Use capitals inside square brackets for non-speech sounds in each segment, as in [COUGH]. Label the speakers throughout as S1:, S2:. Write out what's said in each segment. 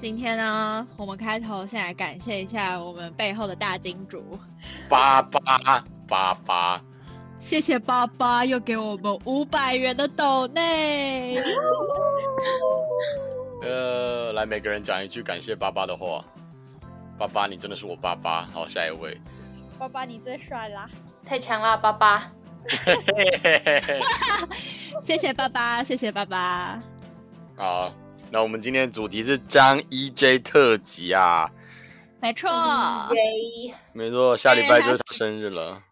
S1: 今天呢，我们开头先来感谢一下我们背后的大金主， [LAUGHS]
S2: 八八八八，
S1: 谢谢爸爸又给我们五百元的斗内。 [LAUGHS]
S2: 呃，来每个人讲一句感谢爸爸的话。爸爸，你真的是我爸爸。好，下一
S1: [LAUGHS]
S2: 位。
S3: 爸爸你最帅啦！
S4: 太强了，爸爸。
S2: 嘿嘿嘿嘿
S1: 谢谢爸爸，谢谢爸爸。
S2: 好，那我们今天的主题是张 EJ 特辑啊，
S1: 没错，哦
S4: 嗯耶！
S2: 没错，下礼拜就是他生日了。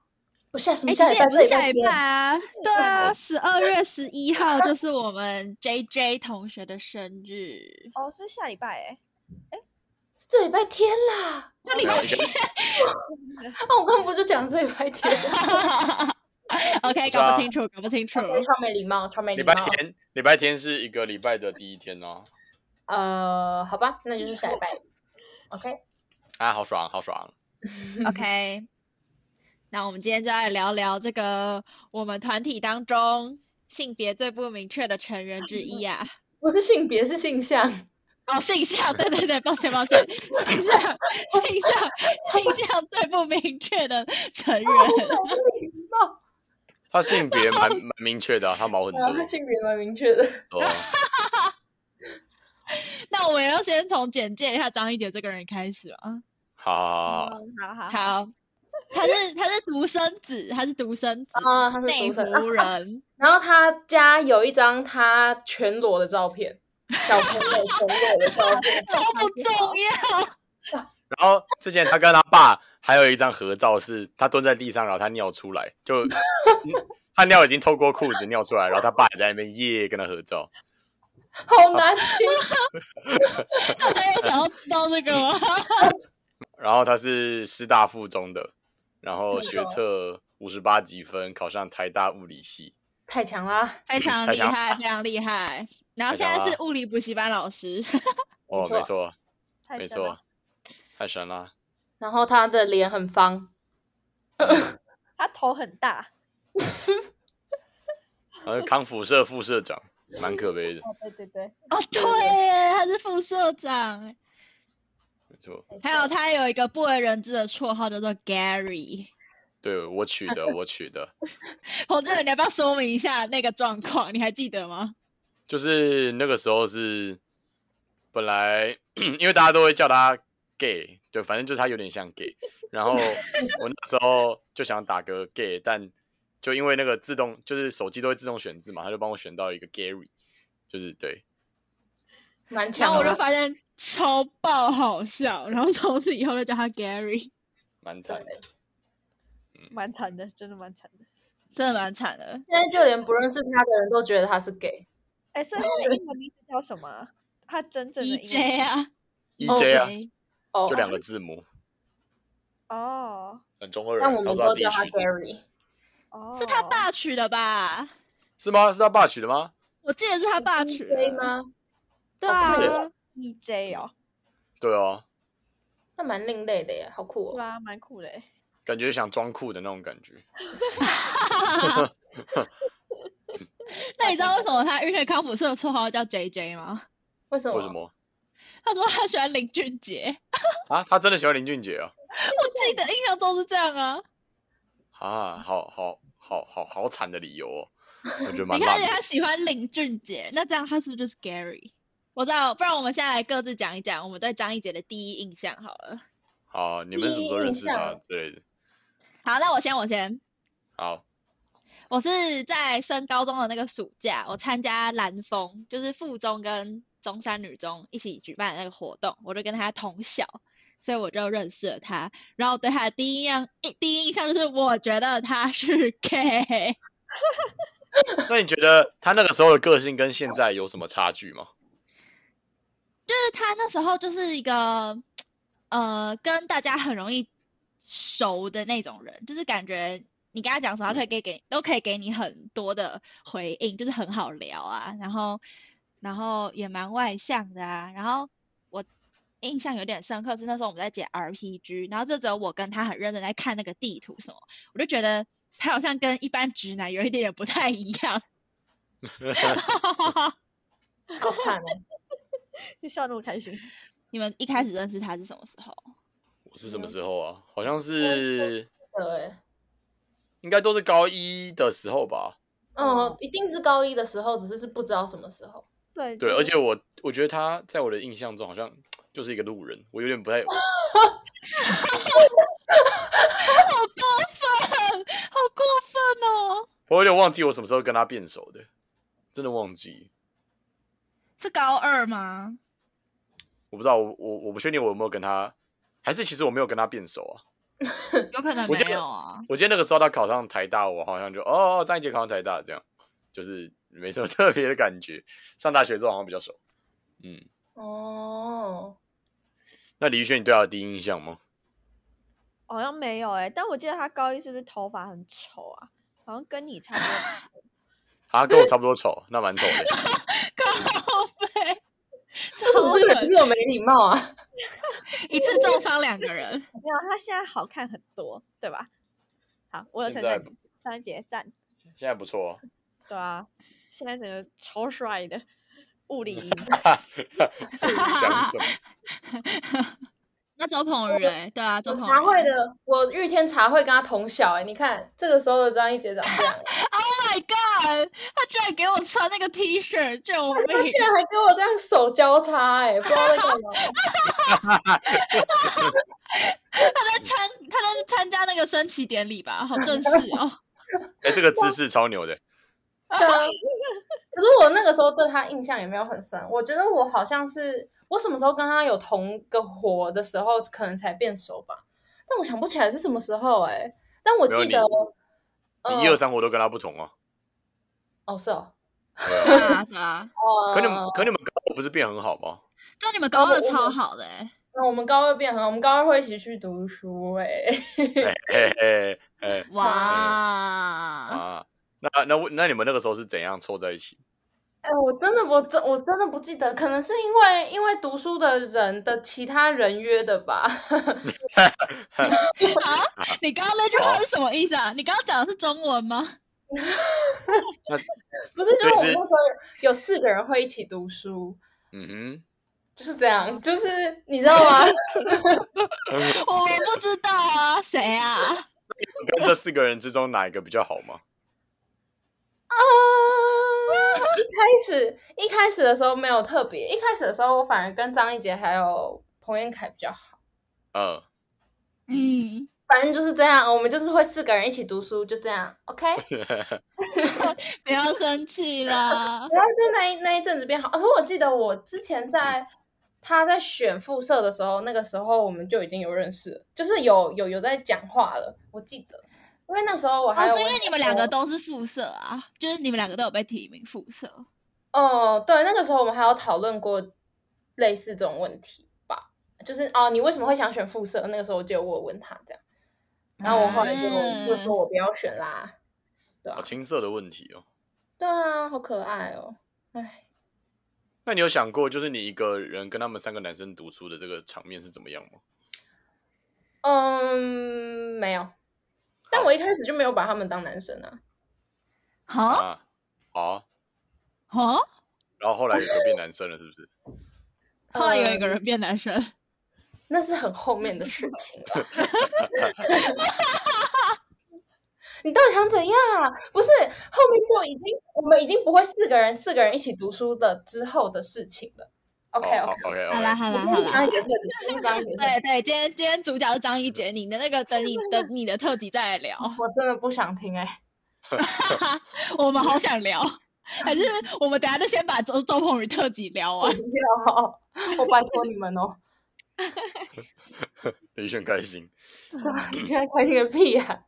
S4: 不是啊，什么
S1: 哎，
S4: 下
S1: 这
S4: 礼
S1: 也
S4: 拜？
S1: 不是
S4: 这
S1: 下礼拜
S4: 天
S1: 啊，对
S4: 嗯
S1: 啊，十二月十一号就是我们 J J 同学的生
S4: [LAUGHS]
S1: 日，
S3: 哦，是下礼拜哎、
S4: 是这礼拜天啦！ [LAUGHS]
S1: 就礼拜天。
S4: 啊，我刚不就讲这礼拜 [LAUGHS] 天？
S1: [LAUGHS] OK，
S2: 不是啊
S1: 搞不清楚，搞不清楚
S4: 我。真的超没礼貌，超没
S2: 礼
S4: 礼
S2: 拜
S4: 貌。
S2: 天，礼拜天是一个礼拜的第一天哦。
S4: 呃，好吧，那就是下礼拜。OK，
S2: 啊，好爽，好爽。
S1: OK，那我们今天就来聊聊这个我们团体当中性别最不明确的成员之一啊。
S4: 不是性别，是性 [LAUGHS] 向。
S1: 哦，性向， [LAUGHS] 对对对，抱歉抱歉，性向性向性向最不明确的成员，
S4: 没礼貌。
S2: 他性别蛮蛮明确的啊、他毛
S1: [LAUGHS]
S2: 很
S4: 啊，
S2: 多
S4: 他。性别蛮明确的。
S2: 对啊
S1: 那我们要先从简介一下张一姐这个人开始啊。
S2: 好好好好，
S3: 嗯，好好好，
S1: 好，她是她是独生子，她是独生子，
S4: 啊，他是
S1: 内
S4: 独生。
S1: 湖人，，
S4: 然后他家有一张他全裸的照片，小朋友全裸的照
S1: [LAUGHS]
S4: 片
S1: 重不重 [LAUGHS] 要？
S2: 然后之前他跟他爸还有一张合照，是他蹲在地上，然后他尿出来，就他尿已经透过裤子尿出来，然后他爸也在那边耶跟他合照。
S4: 好难听。
S1: 大家有想要知道这个吗？
S2: 然后他是师大附中的，然后学测五十八级分，考上台大物理系。
S4: 太强啦！
S1: 非常
S2: 太
S1: 厉
S2: 强了
S1: 害，非常厉害。然后现在
S2: 太强
S1: 是
S2: 了
S1: 物理补习班老
S2: [LAUGHS]
S1: 师，
S2: 哦，
S4: 没
S2: 没
S4: 错
S2: 错，
S3: 太
S2: 没
S3: 真了
S2: 错，，太神了！
S4: 然后他的脸很方，
S3: 他头很大，
S2: 然后康复社副社长，蛮可悲的，
S3: 哦，对对对，
S1: 哦，对耶，他是副社长。
S2: 没错。
S3: 没
S1: 还有
S3: 错
S1: 他有一个不为人知的绰号叫做 Gary，
S2: 对我取的，我取的，
S1: 洪志远，你要不要说明一下那个状况？你还记得吗？
S2: 就是那个时候是本来 [CLEARS THROAT] 因为大家都会叫他 gay，对，反正就是他有点像 gay。然后我那时候就想打个 gay，但就因为那个自动就是手机都会自动选字嘛，他就帮我选到一个 Gary，就是对，
S4: 蛮
S1: 然
S4: 强
S1: 后
S2: 啊
S4: 的吧。
S1: 我就发现超爆好笑，然后从此以后就叫他 Gary，
S2: 蛮惨的。
S3: 蛮惨的，真的蛮惨的。
S1: 真的蛮惨的。
S4: 现在就连不认识他的人都觉得他是 gay。
S3: 哎、所以他的英文名字叫什么啊？他真正的英文
S1: EJ 啊
S2: EJ 啊
S1: OK
S4: 哦，
S2: 就两个字母，
S3: 哦
S2: [LAUGHS] 很中二，
S4: 但我
S2: 都
S4: 们都
S2: 知
S4: 叫
S2: 道
S4: 他
S2: 自己取的
S4: Gary。
S3: 哦，
S1: 是他爸取的吧？
S2: 是吗？是他爸取的吗？
S1: 我记得是他爸取
S4: 对
S1: 的，
S4: 吗？
S1: 对
S3: 哦
S1: 啊
S2: 不，是
S3: EJ 哦，
S2: 对哦，
S4: 那蛮另类的耶，好酷
S3: 对
S4: 哦！
S3: 啊，蛮酷的欸。 [LAUGHS]
S2: 感觉想装酷的那种感觉。
S1: [LAUGHS] 那你知道为什么他遇见康复社的绰号叫 JJ 吗？
S4: 为什么？
S2: 为什么
S1: 他说他喜欢林俊杰，
S2: 啊？他真的喜欢林俊杰啊？
S1: 我记得印象中是这样啊。
S2: 啊，好好好好好惨的理由哦，我觉得蛮
S1: 你看，而
S2: 烂
S1: 且
S2: 的。
S1: 他喜欢林俊杰，那这样他是不是就是 Gary？我知道，不然我们现在来各自讲一讲我们对张一杰的第一印象好了。
S2: 好，啊你们什么时候认识他
S4: 第一印象
S2: 之类的？
S1: 好，那我先，我先，
S2: 好，
S1: 我是在升高中的那个暑假，我参加蓝峰，就是附中跟中山女中一起举办的那个活动，我就跟他同校，所以我就认识了他。然后我对他的第一印象，第一印象就是我觉得他是 gay。
S2: 那你觉得他那个时候的个性跟现在有什么差距吗？ [LAUGHS]
S1: 就是他那时候就是一个呃，跟大家很容易熟的那种人，就是感觉你跟他讲什么，他都可以给都可以给你很多的回应，就是很好聊啊，然后然后也蛮外向的啊，然后我印象有点深刻是那时候我们在解 RPG，然后就只有我跟他很认真在看那个地图什么，我就觉得他好像跟一般直男有一点点不太一样。 [LAUGHS]
S4: 好惨哦！哦
S3: 你笑那么开心，
S1: 你们一开始认识他是什么时候？
S2: 我是什么时候啊？好像是
S4: 对，
S2: 应该都是高一的时候吧。
S4: 嗯，一定是高一的时候，只是是不知道什么时候。
S3: 对
S2: 对，而且我我觉得他在我的印象中好像就是一个路人，我有点不太
S1: 好过分，好过分哦！
S2: 我有点忘记我什么时候跟他变熟的，真的忘记。
S1: 是高二吗？
S2: 我不知道，我我我不确定我有没有跟他，还是其实我没有跟他变熟啊。
S1: 有可能
S2: 我记
S1: 没
S2: 得
S1: 有啊。
S2: 我记得那个时候他考上台大，我好像就哦，张一杰考上台大，这样就是没什么特别的感觉。上大学之后好像比较熟。嗯，
S4: 哦，
S2: 那李宇轩，你对他的第一印象吗？
S3: 好像没有哎、但我记得他高一是不是头发很丑啊？好像跟你差不多。
S2: 啊，跟我差不多丑，那蛮丑的。
S1: 高飞，
S4: 为什么这个人
S1: 超
S4: 这么没礼貌啊？
S1: 狠一次重伤两个人？
S3: 没有，他现在好看很多，对吧？好，我有
S2: 现
S3: 称
S2: 在
S3: 赞你，张一杰赞。
S2: 现在不错、哦，
S3: 对啊，现在整个超帅的
S2: [LAUGHS]
S3: 物理音，
S2: 讲什么？
S1: 那周鹏宇哎，对啊，周
S4: 我
S1: 鹏
S4: 茶会
S1: 宇。
S4: 的，我玉天茶会跟他同校哎、你看这个时候的张一杰长这样，
S1: Oh my god！他居然给我穿那个 T 恤，救
S4: 他
S1: 命！
S4: 居然还跟我这样手交叉哎、不知道在干嘛。
S1: 他在参他在参加那个升旗典礼吧？好正式哦。
S2: 哎、这个姿势超牛的。
S4: 对啊， [LAUGHS] 可是我那个时候对他印象也没有很深，我觉得我好像是我什么时候跟他有同个活的时候，可能才变熟吧，但我想不起来是什么时候哎、但我
S2: 没有
S4: 记
S2: 你
S4: 得，呃
S2: 你一二三活都跟他不同哦。
S4: 哦是哦，
S2: 对啊
S1: 对啊，对啊，
S4: 哦
S2: 可你们可你们跟我不是变很好吗？
S1: 就你们高二
S4: 我
S1: 超好的哎。
S4: 那我们高二变很好，我们高二会一起去读书哎、
S2: 哎哎哎哎
S1: 哇！
S2: 啊！那那我那你们那个时候是怎样凑在一起？
S4: [LAUGHS] 哎，我真的，我真我真的不记得，可能是因为因为读书的人的其他人约的吧。 [LAUGHS]
S1: 啊，你刚刚那句话是什么意思啊？你刚刚讲的是中文吗？
S4: 不是，就是我
S2: 所以
S4: 们
S2: 是
S4: 那时候有四个人会一起读书，
S2: 嗯
S4: 就是这样，就是你知道吗？
S2: 哼，
S1: 我们不知道啊，谁啊？
S2: 跟这四个人之中哪一个比较好吗？
S4: 啊，一开始一开始的时候没有特别，一开始的时候我反而跟张一杰还有彭彦凯比较好，
S2: 嗯，
S1: 嗯，
S4: 反正就是这样，我们就是会四个人一起读书，就这样，OK。
S1: 不要生气啦。
S4: 然后就那一那一阵子变好。可我记得我之前在他在选副社的时候，那个时候我们就已经有认识了，就是有有有在讲话了。我记得，因为那时 [LAUGHS] 候我还
S1: 哦，
S4: 有
S1: 是因为你们两个
S4: 问他说
S1: 都是副社啊，就是你们两个都有被提名副社。
S4: 哦，对，那个时候我们还有讨论过类似这种问题吧，就是哦，你为什么会想选副社？那个时候我记得我有问他这样，然后我后来就、就说我不要选啦。对啊
S2: 好，青涩的问题哦。
S4: 对啊，好可爱哦，哎。
S2: 那你有想过，就是你一个人跟他们三个男生读书的这个场面是怎么样吗？
S4: 嗯，没有。但我一开始就没有把他们当男生啊。
S1: 好
S2: 啊，好，
S1: 哦，
S2: 然后后来有个变男生了，是不是？
S1: 后来有一个人变男生，
S4: 那是很后面的事情了。 [LAUGHS] 你到底想怎样啊？不是后面就已经我们已经不会四个人四个人一起读书的之后的事情了。
S2: 好
S4: OK
S2: 哦好
S4: OK，
S2: OK
S1: 好啦
S2: OK，
S1: 好啦
S4: 今
S1: 好
S4: 天是
S1: 啦。
S4: 张一杰特辑，今天是张一杰特辑
S1: [LAUGHS] 对对，今天今天主角是张一杰，你的那个等你等你的特辑再来聊，
S4: 我真的不想听哎、
S1: [LAUGHS] 我们好想聊，还是我们等下就先把周周鹏宇特辑聊
S4: 我
S1: 完。
S4: 不要， [LAUGHS] 我拜托你们哦。
S2: 李轩开心。
S4: [LAUGHS] 你现在开心个
S1: [LAUGHS]
S4: 屁呀、啊！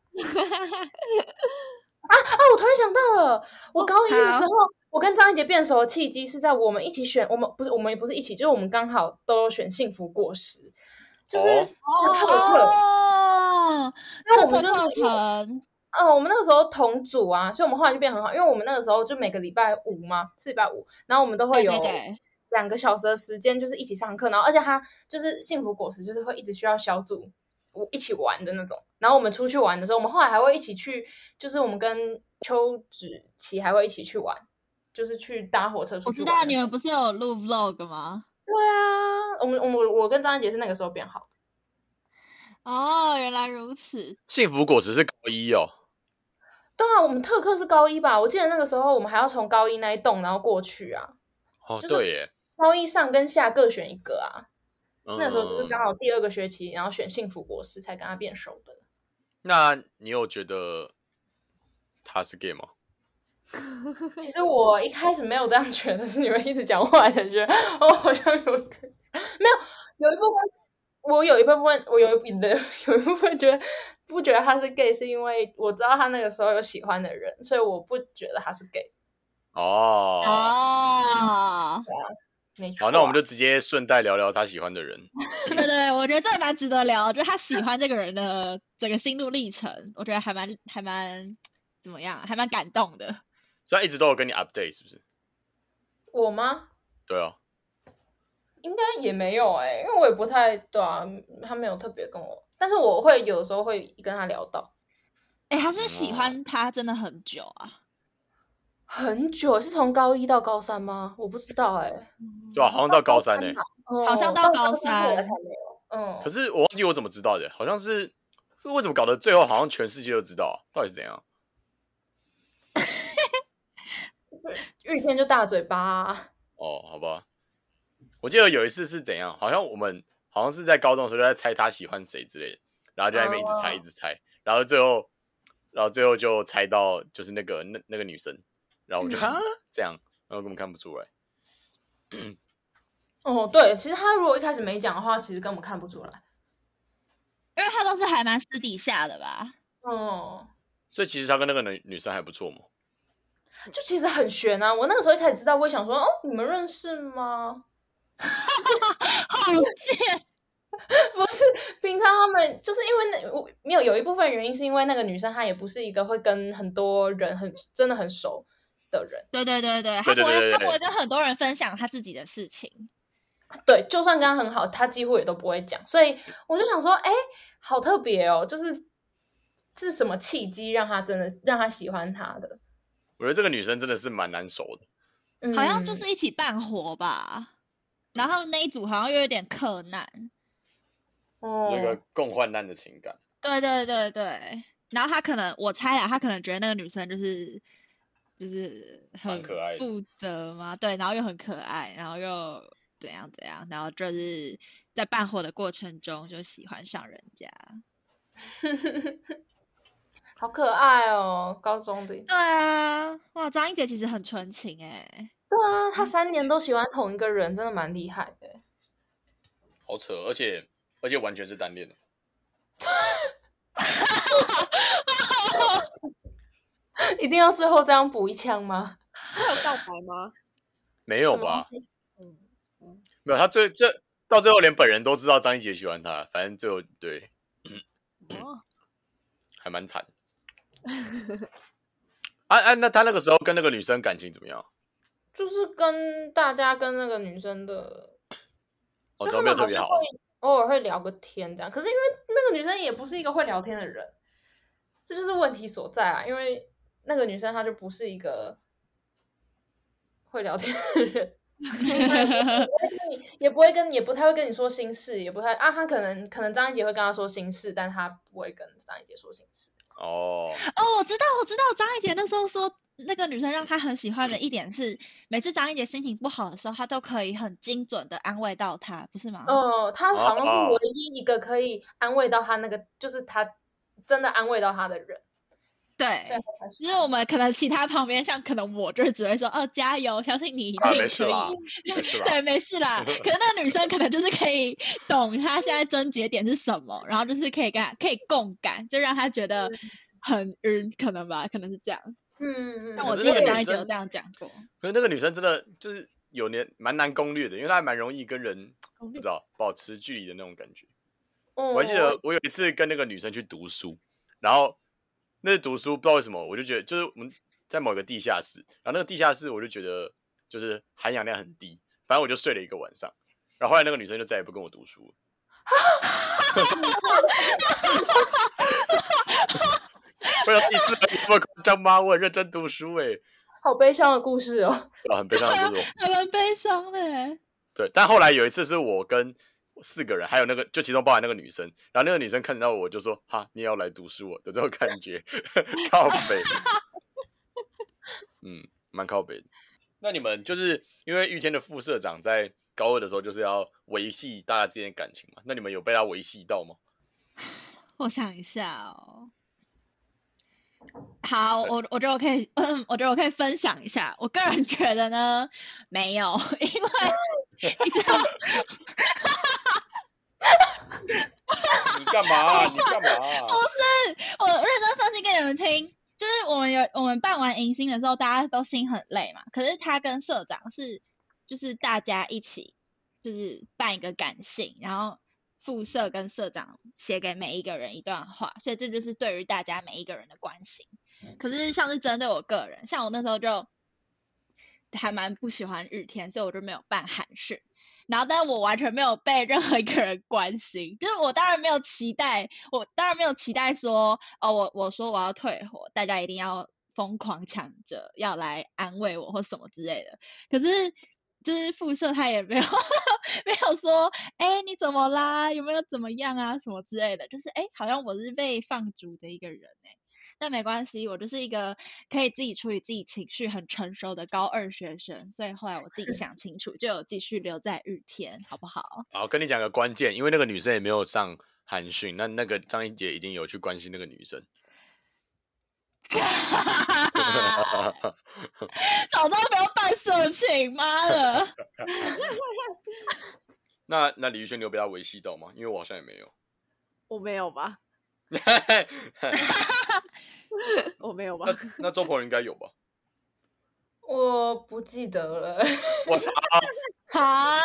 S4: 啊我突然想到了，
S1: 哦
S4: 我高一的时候，我跟张一杰变熟的契机是在我们一起选，我们不是我们也不是一起，就是我们刚好都有选幸福果实，就是
S2: 哦
S4: 那个特课，
S1: 哦，
S4: 因为
S1: 特
S4: 我们
S1: 色
S4: 就
S1: 课
S4: 是
S1: 程，
S4: 嗯、我们那个时候同组啊，所以我们后来就变很好，因为我们那个时候就每个礼拜五嘛，是礼拜五，然后我们都
S1: 对
S4: 会有
S1: 对对，
S4: 两个小时的时间，就是一起上课，然后而且他就是幸福果实，就是会一直需要小组我一起玩的那种。然后我们出去玩的时候，我们后来还会一起去，就是我们跟邱子琪还会一起去玩，就是去搭火车出去
S1: 我知
S4: 玩
S1: 道
S4: 那
S1: 你们
S4: 种
S1: 不是有录 vlog 吗？
S4: 对啊，我们我们我跟张安杰是那个时候变好的，
S1: 哦，原来如此。
S2: 幸福果实是高一哦，
S4: 对啊，我们特课是高一吧？我记得那个时候我们还要从高一那一栋然后过去啊，
S2: 哦，
S4: 就是
S2: 对耶，
S4: 高一上跟下各选一个啊。那时候就是
S2: 嗯
S4: 刚好第二个学期，然后选幸福果实才跟他变熟的。
S2: 那你有觉得他是 gay 吗？
S4: 其实我一开始没有这样觉得，是你们一直讲，我后来才觉得哦，好像有个没有有一部分是，我有一部分我有一的有一部分觉得不觉得他是 gay，是因为我知道他那个时候有喜欢的人，所以我不觉得他是 gay。
S2: 哦，
S1: 哦，
S4: 没错啊，
S2: 好，那我们就直接顺带聊聊他喜欢的人。
S1: [LAUGHS] 对对对，我觉得这蛮值得聊，就他喜欢这个人的整个心路历程，我觉得还蛮还蛮怎么样，还蛮感动的。
S2: 所以他一直都有跟你 update 是不是？
S4: 我吗？
S2: 对啊，
S4: 应该也没有哎、因为我也不太对啊，他没有特别跟我，但是我会有的时候会跟他聊到。
S1: 哎，他是喜
S2: 哦
S1: 欢他真的很久啊，
S4: 很久，是从高一到高三吗？我不知道哎、
S2: 对啊，好像到高三呢、
S1: 好像
S4: 哦
S1: 到高三
S4: 我才没有。嗯，
S2: 可是我忘记我怎么知道的，好像是是为什么搞得最后好像全世界都知道，啊到底是怎样？
S4: 玉天就大嘴巴啊、
S2: 哦，好吧，我记得有一次是怎样，好像我们好像是在高中的时候就在猜他喜欢谁之类的，然后就在那边一直猜，一直猜，然后最后，然后最后就猜到就是那个那那个女生，然后我们就、
S4: 嗯
S2: 啊 [LAUGHS] 这样，然后根本看不出来。
S4: 哦，对，其实他如果一开始没讲的话，其实根本看不出来。
S1: 因为他都是还蛮私底下的吧。
S4: 嗯，
S2: 所以其实他跟那个女女生还不错嘛。
S4: 就其实很悬啊！我那个时候一开始知道，我也想说，哦，你们认识吗？
S1: [LAUGHS] 好贱，
S4: [LAUGHS] 不是，平常他们就是因为那我没有有一部分原因是因为那个女生她也不是一个会跟很多人很真的很熟的人。
S1: 对对对对，他
S2: 对对
S1: 不
S2: 对
S1: 会
S2: 对
S1: 他不
S2: 对
S1: 会跟很多人分享他自己的事情。
S4: 对，就算跟他很好，他几乎也都不会讲，所以我就想说，哎，好特别哦，就是是什么契机让他真的让他喜欢他的？
S2: 我觉得这个女生真的是蛮难熟的。
S4: 嗯、
S1: 好像就是一起办活吧，然后那一组好像又有点克难，
S4: 哦，
S2: 那个共患难的情感。
S1: 对对对对，然后他可能我猜啦，他可能觉得那个女生就是就是
S2: 蛮
S1: 很
S2: 可爱的
S1: 负责嘛，对，然后又很可爱，然后又怎样怎样，然后就是在办活的过程中就喜欢上人家，
S4: 好可爱哦，高中的。
S1: 对啊，哇，张英杰其实很纯情哎、 [LAUGHS]
S4: 对啊，他三年都喜欢同一个人，真的蛮厉害的。 [LAUGHS]
S2: 好扯，而且而且完全是单恋的。
S4: 一定要最后这样补一枪吗？
S3: 他有告白吗？
S2: 没有
S4: 什么
S2: 吧？
S3: 嗯嗯
S2: 没有，他最这到最后连本人都知道张一杰喜欢他，反正最后对
S3: 哦，
S2: 还蛮惨。啊啊，那他那个时候跟那个女生感情怎么样？
S4: 就是跟大家跟那个女生的，
S2: 哦，
S4: 就
S2: 都
S4: 他
S2: 没有特
S4: 们好
S2: 别
S4: 像
S2: 好
S4: 会，偶尔会聊个天这样。可是因为那个女生也不是一个会聊天的人，这就是问题所在啊。因为那个女生她就不是一个会聊天的人。 [LAUGHS] 她也不
S1: 哦
S4: 会跟你，也不会跟，也不太会跟你说心事，也不太啊。她可能可能张一杰会跟她说心事，但她不会跟张一杰说心事。
S2: 哦，
S1: 哦，我知道，我知道，张一杰那时候说，那个女生让他很喜欢的一点是，每次张一杰心情不好的时候，他都可以很精准的安慰到他，不是吗？
S4: 哦，他好像
S2: 哦
S4: 是唯一一个可以安慰到他那个，就是他真的安慰到他的人，
S1: 对
S2: 哎
S4: 所以，他才是
S1: 因为我们可能其他旁边像可能我就是只会说，哦，加油，相信你一定
S2: 啊，
S1: 可以。
S2: 没事啦， [LAUGHS] 没事啦
S1: 对，。没事啦。可是那个女生可能就是可以懂他现在症结点是什么，然后就是可以跟他可以共感，就让他觉得很晕，可能吧，可能是这样。
S4: 嗯嗯嗯，
S1: 但
S2: 可
S1: 我
S2: 是
S1: 记
S2: 那
S1: 得
S2: 个
S1: 张
S2: 女
S1: 一杰有
S2: 生
S1: 这样讲过。
S2: 可是那个女生真的就是有点蛮难攻略的，因为她还蛮容易跟人不知道保持距离的那种感觉。
S4: 我
S2: 我还记得
S4: 嗯
S2: 我有一次跟那个女生去读书，然后那次读书不知道为什么，我就觉得就是我们在某个地下室，然后那个地下室我就觉得就是含氧量很低，反正我就睡了一个晚上。然后后来那个女生就再也不跟我读书了。 [LAUGHS] 为了一次这么夸张吗？我很认真读书哎、
S4: 好悲伤的故事哦。
S2: 对啊，很悲伤的故事。
S1: 还蛮悲伤的欸。
S2: 对，但后来有一次是我跟四个人，还有那个就其中包含那个女生，然后那个女生看到我就说：“哈，你也要来读书我的这种感觉， [LAUGHS] 靠北。”嗯，蛮靠北的。那你们就是因为玉天的副社长在高二的时候就是要维系大家之间的感情嘛？那你们有被他维系到吗？
S1: 我想一下哦。好，我我觉得我可以， [COUGHS] 我觉得我可以分享一下。我个人觉得呢，没有，因 [LAUGHS] 为你知道，
S2: [LAUGHS] 你干嘛啊、你干嘛啊、
S1: 不是，我认真分析给你们听，就是我们有我们办完迎新的时候，大家都心很累嘛。可是他跟社长是，就是大家一起，就是办一个感性，然后副社跟社长写给每一个人一段话，所以这就是对于大家每一个人的关心。可是像是针对我个人，像我那时候就还蛮不喜欢日天，所以我就没有办韩训。然后，但我完全没有被任何一个人关心，就是我当然没有期待，我当然没有期待说，哦，我我说我要退火，大家一定要疯狂抢着要来安慰我或什么之类的。可是，就是副社他也没有 [LAUGHS] 没有说，哎、你怎么啦？有没有怎么样啊？什么之类的，就是哎、好像我是被放逐的一个人哎、但没关系，我就是一个可以自己处理自己情绪很成熟的高二学生，所以后来我自己想清楚，就有继续留在日天，好不好？
S2: [LAUGHS]
S1: [LAUGHS]
S2: 好，跟你讲个关键，因为那个女生也没有上韩训，那那个张一姐已经有去关心那个女生。 [LAUGHS]
S1: 早知道不要办社情，妈
S4: [LAUGHS]
S1: 的！
S2: 那那李宇轩，你有被他维系到吗？因为我好像也没有。 [LAUGHS]
S3: 我没有吧？ [LAUGHS] 我没有吧
S2: 那？那周鹏应该有吧？ [LAUGHS]
S4: 我不记得了。 [LAUGHS]
S2: 我操！
S1: 啊，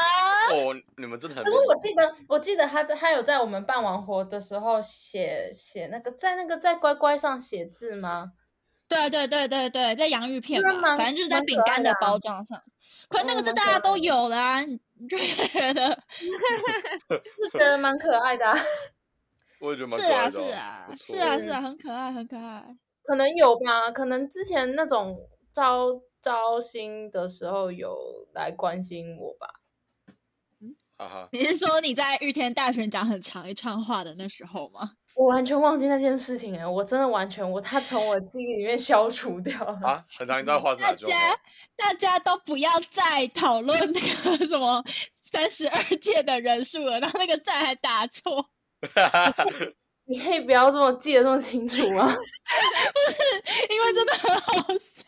S2: 哦，你们真的很
S4: 可是我记得，我记得他在他有在我们办完活的时候写写那个在那个在乖乖上写字吗？
S1: 对对对对对，在洋芋片
S4: 那
S1: 嘛，
S4: 蛮
S1: 反正就是在
S4: 蛮
S1: 饼
S4: 可爱
S1: 干的
S4: 的啊
S1: 包装上。可是那
S4: 嗯
S1: 个是
S4: 蛮
S1: 大
S4: 可
S1: 家
S4: 爱
S1: 都
S4: 的
S1: 有的啊，你你就觉
S4: [LAUGHS]
S1: 得
S4: 就觉得蛮可爱的、啊， [LAUGHS]
S2: 我也觉得蛮
S1: 是
S2: 可爱
S4: 哦
S1: 啊
S2: 的
S1: 是
S2: 啊、
S1: 啊
S2: 不错
S1: 是啊
S4: 欸
S1: 是啊，很可爱很可爱。
S4: 可能有吧，可能之前那种招招新的时候有来关心我吧。
S2: 哈哈，
S1: 你是说你在玉天大学讲很长一串话的那时候吗？
S4: 我完全忘记那件事情哎、我真的完全我他从我记忆里面消除掉了。 [LAUGHS]
S2: 啊，很长一段话是哪
S1: 大
S2: 句话
S1: 家大家都不要再讨论那个什么三十二届的人数了，然后那个赞还打错， [LAUGHS]
S4: 你可以不要这么记得这么清楚吗？ [LAUGHS]
S1: 因为真的很好笑。